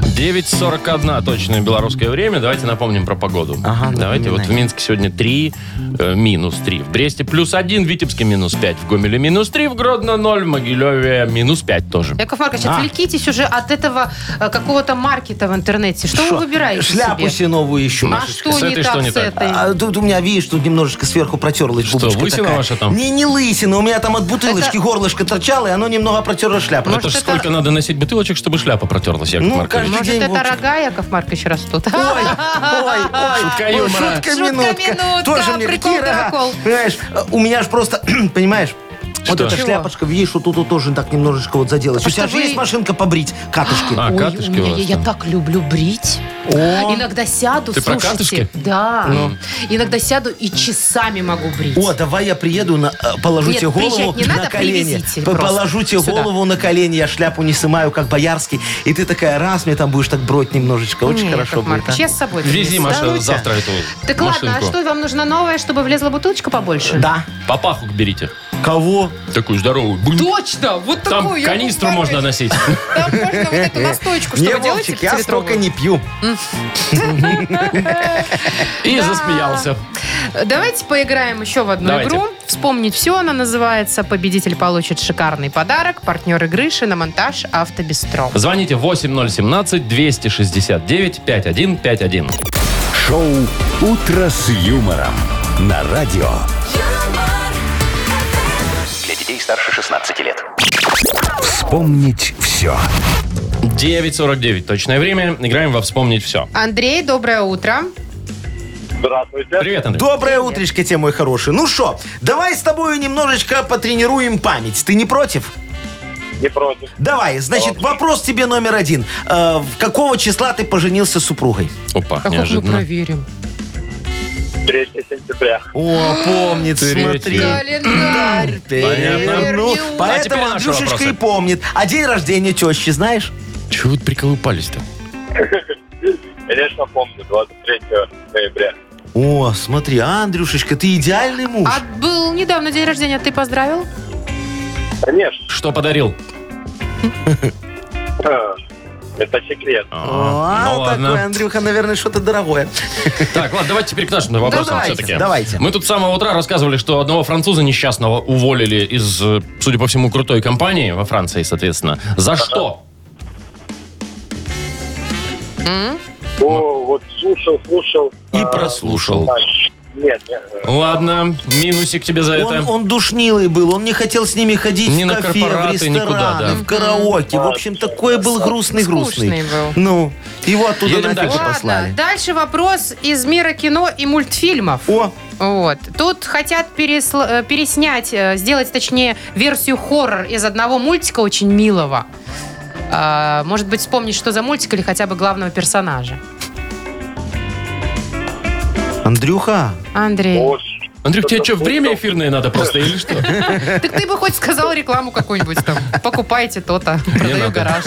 Speaker 2: 9.41 точное белорусское время. Давайте напомним про погоду.
Speaker 4: Ага,
Speaker 2: Давайте. Вот в
Speaker 4: напоминай.
Speaker 2: Минске сегодня 3, минус 3. В Бресте плюс 1, в Витебске минус 5, в Гомеле минус 3, в Гродно 0, в Могилеве минус 5 тоже.
Speaker 3: Яков Маркович, отвлекитесь уже от этого э, какого-то маркета в интернете. Что,
Speaker 4: Шо,
Speaker 3: Ну, вы выбираете
Speaker 4: Шляпу
Speaker 3: себе?
Speaker 4: себе новую ищу.
Speaker 3: А
Speaker 2: Машечка,
Speaker 3: что
Speaker 2: с
Speaker 3: не
Speaker 2: этой
Speaker 3: так
Speaker 2: что не
Speaker 3: с
Speaker 2: так?
Speaker 3: этой?
Speaker 4: А, тут у меня, видишь, тут немножечко сверху протерлась
Speaker 2: Что,
Speaker 4: губочка
Speaker 2: лысина
Speaker 4: такая.
Speaker 2: ваша там?
Speaker 4: Не, не лысина, у меня там от бутылочки
Speaker 3: Это-
Speaker 4: горлышко торчало, и оно немного протерло шляпу.
Speaker 2: Это ж
Speaker 3: это-
Speaker 2: сколько надо носить бутылочек, чтобы шляпа протерлась, Яков
Speaker 4: Ну,
Speaker 2: Маркович?
Speaker 4: каждый
Speaker 3: Может,
Speaker 4: день, в
Speaker 3: это
Speaker 4: общем.
Speaker 3: рога, Яков Маркович,
Speaker 2: *laughs*
Speaker 3: растут?
Speaker 4: Ой, ой, ой,
Speaker 2: Шутка
Speaker 4: ой,
Speaker 2: юмора.
Speaker 4: шутка,
Speaker 3: Шутка,
Speaker 4: минутка.
Speaker 3: минутка,
Speaker 4: Тоже мне
Speaker 3: прикол,
Speaker 4: какие рога.
Speaker 3: дуракол.
Speaker 4: Понимаешь, э, у меня же просто, *clears throat* понимаешь, вот
Speaker 2: Что?
Speaker 4: эта
Speaker 2: Чего?
Speaker 4: шляпочка, видишь, вот тут вот тоже так немножечко вот заделась. у тебя
Speaker 3: что
Speaker 4: же
Speaker 3: вы-
Speaker 4: есть машинка побрить катушки?
Speaker 2: А,
Speaker 3: Ой,
Speaker 2: катышки
Speaker 3: у
Speaker 2: у
Speaker 3: меня,
Speaker 2: вас
Speaker 3: я, я
Speaker 2: там?
Speaker 3: так люблю брить. Иногда сяду,
Speaker 2: Ты про
Speaker 3: слушайте.
Speaker 2: катышки? Ну.
Speaker 3: Да. Иногда сяду и часами могу брить.
Speaker 4: О, давай я приеду, на, э, положу
Speaker 3: Нет,
Speaker 4: тебе голову
Speaker 3: приезжать не
Speaker 4: на
Speaker 3: надо,
Speaker 4: колени.
Speaker 3: привезите
Speaker 4: П-
Speaker 3: просто
Speaker 4: Положу тебе
Speaker 3: сюда.
Speaker 4: голову на колени, я шляпу не снимаю, как боярский. И ты такая, раз, мне там будешь так бродь немножечко. Очень
Speaker 3: Не,
Speaker 4: хорошо
Speaker 3: Яков
Speaker 4: будет.
Speaker 3: Маркович,
Speaker 4: а.
Speaker 3: я с собой
Speaker 2: Вези,
Speaker 3: принесу.
Speaker 2: Маша,
Speaker 4: ну тебя.
Speaker 2: завтра эту
Speaker 3: Так
Speaker 2: машинку.
Speaker 3: ладно, а что вам нужно новое, чтобы влезла бутылочка побольше?
Speaker 4: Да.
Speaker 2: Папаху берите.
Speaker 4: Кого?
Speaker 2: Такую здоровую. Бум.
Speaker 3: Точно! Вот
Speaker 2: Там
Speaker 3: такую. Яков
Speaker 2: канистру
Speaker 3: Маркович.
Speaker 2: можно носить. *laughs*
Speaker 3: Там можно вот эту настойку, что
Speaker 4: не,
Speaker 3: вы делаете?
Speaker 4: Вовчик, я столько не пью.
Speaker 2: И засмеялся.
Speaker 3: Давайте поиграем еще в одну
Speaker 2: Давайте.
Speaker 3: игру. Вспомнить все, она называется. Победитель получит шикарный подарок. Партнер игры «Шиномонтаж Автобестро».
Speaker 2: Звоните 8017-269-5151.
Speaker 1: Шоу «Утро с юмором» на радио.
Speaker 8: Для детей старше 16 лет.
Speaker 1: Вспомнить все.
Speaker 2: 9.49 точное время. Играем во «Вспомнить все».
Speaker 3: Андрей, доброе утро.
Speaker 5: Здравствуйте.
Speaker 2: Привет, Андрей.
Speaker 4: Доброе утречко тебе, мой хороший. Ну что, давай с тобой немножечко потренируем память. Ты не против?
Speaker 5: Не против.
Speaker 4: Давай, значит, вопрос тебе номер один. Э, в какого числа ты поженился с супругой?
Speaker 2: Опа,
Speaker 3: Как мы
Speaker 2: неожиданно.
Speaker 3: проверим?
Speaker 5: 3 сентября.
Speaker 4: О, помнит, смотри.
Speaker 2: Третье.
Speaker 3: Календарь.
Speaker 2: Понятно.
Speaker 4: Ну,
Speaker 3: Верню.
Speaker 2: А теперь
Speaker 4: поэтому
Speaker 2: наши
Speaker 4: Андрюшечка
Speaker 2: вопросы.
Speaker 4: и помнит. А день рождения тещи знаешь?
Speaker 2: Чего вы приколупались-то?
Speaker 5: Конечно, помню, 23 ноября.
Speaker 4: О, смотри, Андрюшечка, ты идеальный муж.
Speaker 3: А был недавно день рождения, ты поздравил?
Speaker 5: Конечно,
Speaker 2: Что подарил?
Speaker 5: э, это секрет.
Speaker 4: А. О,
Speaker 2: ну
Speaker 4: такой,
Speaker 2: ладно.
Speaker 4: Андрюха, наверное, что-то дорогое.
Speaker 2: Так, ладно, давайте теперь к нашим вопросам
Speaker 4: давайте,
Speaker 2: все-таки.
Speaker 4: давайте.
Speaker 2: Мы тут с самого утра рассказывали, что одного француза несчастного уволили из, э, судя по всему, крутой компании во Франции, соответственно. За что?
Speaker 5: О, вот слушал, слушал.
Speaker 4: И
Speaker 5: а,
Speaker 2: прослушал.
Speaker 5: а, Нет, нет, э,
Speaker 2: Ладно, минусик тебе за это.
Speaker 4: Он, он душнилый был, он не хотел с ними ходить
Speaker 2: Ни
Speaker 4: в
Speaker 2: на
Speaker 4: кафе, в
Speaker 2: корпораты,
Speaker 4: рестораны,
Speaker 2: никуда, да.
Speaker 4: в караоке. В общем, такой был
Speaker 3: Скучный
Speaker 4: грустный-грустный.
Speaker 3: был.
Speaker 4: Ну, его оттуда
Speaker 2: Едем
Speaker 4: нафиг
Speaker 2: дальше.
Speaker 4: и
Speaker 3: Ладно,
Speaker 4: послали.
Speaker 3: дальше вопрос из мира кино и мультфильмов.
Speaker 4: О,
Speaker 3: Вот. Тут хотят пересл- э, переснять, э, сделать, точнее, версию хоррор из одного мультика очень милого. А, Может быть, вспомнить, что за мультик или хотя бы главного персонажа.
Speaker 4: Андрюха,
Speaker 3: Андрей,
Speaker 5: вот.
Speaker 2: Андрюк, тебе что,
Speaker 5: Что-то
Speaker 2: время
Speaker 5: слушал.
Speaker 2: эфирное надо просто или что?
Speaker 3: так ты бы хоть сказал рекламу какую-нибудь там. Покупайте то-то, продаю
Speaker 2: надо.
Speaker 3: гараж.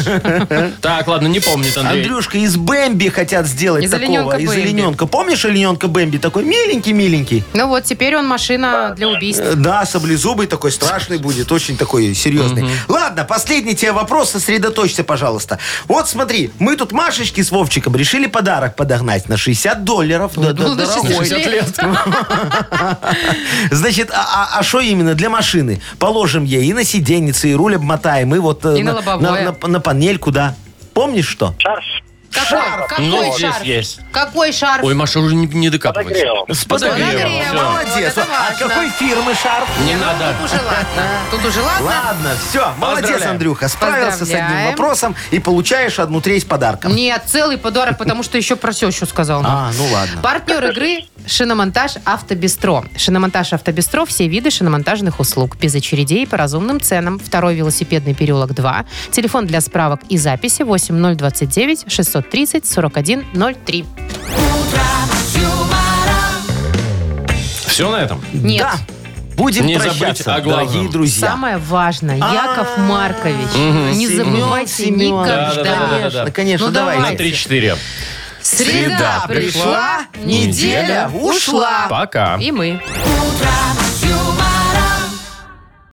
Speaker 2: Так, ладно, не помнит Андрей.
Speaker 4: Андрюшка из Бэмби хотят сделать
Speaker 3: Из
Speaker 4: такого.
Speaker 3: олененка
Speaker 4: Из
Speaker 3: Бэмби.
Speaker 4: олененка. Помнишь олененка Бэмби? Такой миленький-миленький.
Speaker 3: Ну вот, теперь он машина для убийств.
Speaker 4: Э, Да, саблезубый такой страшный будет, очень такой серьезный. Ладно, последний тебе вопрос, сосредоточься, пожалуйста. Вот смотри, мы тут Машечке с Вовчиком решили подарок подогнать на 60 долларов. Да, да,
Speaker 3: Ну, на
Speaker 4: дорогой.
Speaker 3: 60
Speaker 2: 60 лет.
Speaker 4: Значит, а что именно для машины? Положим ей и на сиденьице, и руль обмотаем, и вот э,
Speaker 3: И на лобовое.
Speaker 4: на- на панельку, да. Помнишь что?
Speaker 5: Шарш
Speaker 3: *laughs* Какой?
Speaker 2: Ну,
Speaker 3: Какой
Speaker 2: здесь
Speaker 3: шарф?
Speaker 2: есть.
Speaker 3: Какой шарф?
Speaker 2: Ой, Маша, уже не, не докапывайся.
Speaker 5: подогрел.
Speaker 2: С подогревом,
Speaker 3: подогревом.
Speaker 2: всё.
Speaker 4: Молодец.
Speaker 3: Вот это
Speaker 4: А
Speaker 3: важно.
Speaker 4: какой фирмы шарф?
Speaker 2: Не надо.
Speaker 3: Тут уже ладно. Тут уже ладно.
Speaker 4: Ладно, все, молодец,
Speaker 2: Поздравляем.
Speaker 4: Андрюха, справился с одним
Speaker 3: Поздравляем.
Speaker 4: вопросом и получаешь одну треть подарка.
Speaker 3: Нет, целый подарок, потому что еще про тещу сказал. нам.
Speaker 4: А, ну ладно.
Speaker 3: Партнер игры «Шиномонтаж Автобестро». «Шиномонтаж Автобестро» – все виды шиномонтажных услуг. Без очередей, по разумным ценам. Второй велосипедный переулок 2. Телефон для справок и записи 8029-630-4103.
Speaker 2: Все на этом?
Speaker 3: Нет.
Speaker 4: Да, будем
Speaker 2: Не забыть
Speaker 4: прощаться,
Speaker 2: о главном.
Speaker 4: дорогие друзья.
Speaker 3: Самое важное, Яков Маркович, не
Speaker 4: Семен
Speaker 3: забывайте
Speaker 4: Семенович.
Speaker 3: никогда.
Speaker 2: Да-да-да-да-да.
Speaker 4: Конечно, конечно,
Speaker 3: Ну,
Speaker 4: давай.
Speaker 2: На
Speaker 3: давайте.
Speaker 2: 3-4.
Speaker 3: Среда пришла, неделя ушла.
Speaker 2: Пока.
Speaker 3: А. И мы.
Speaker 9: Утро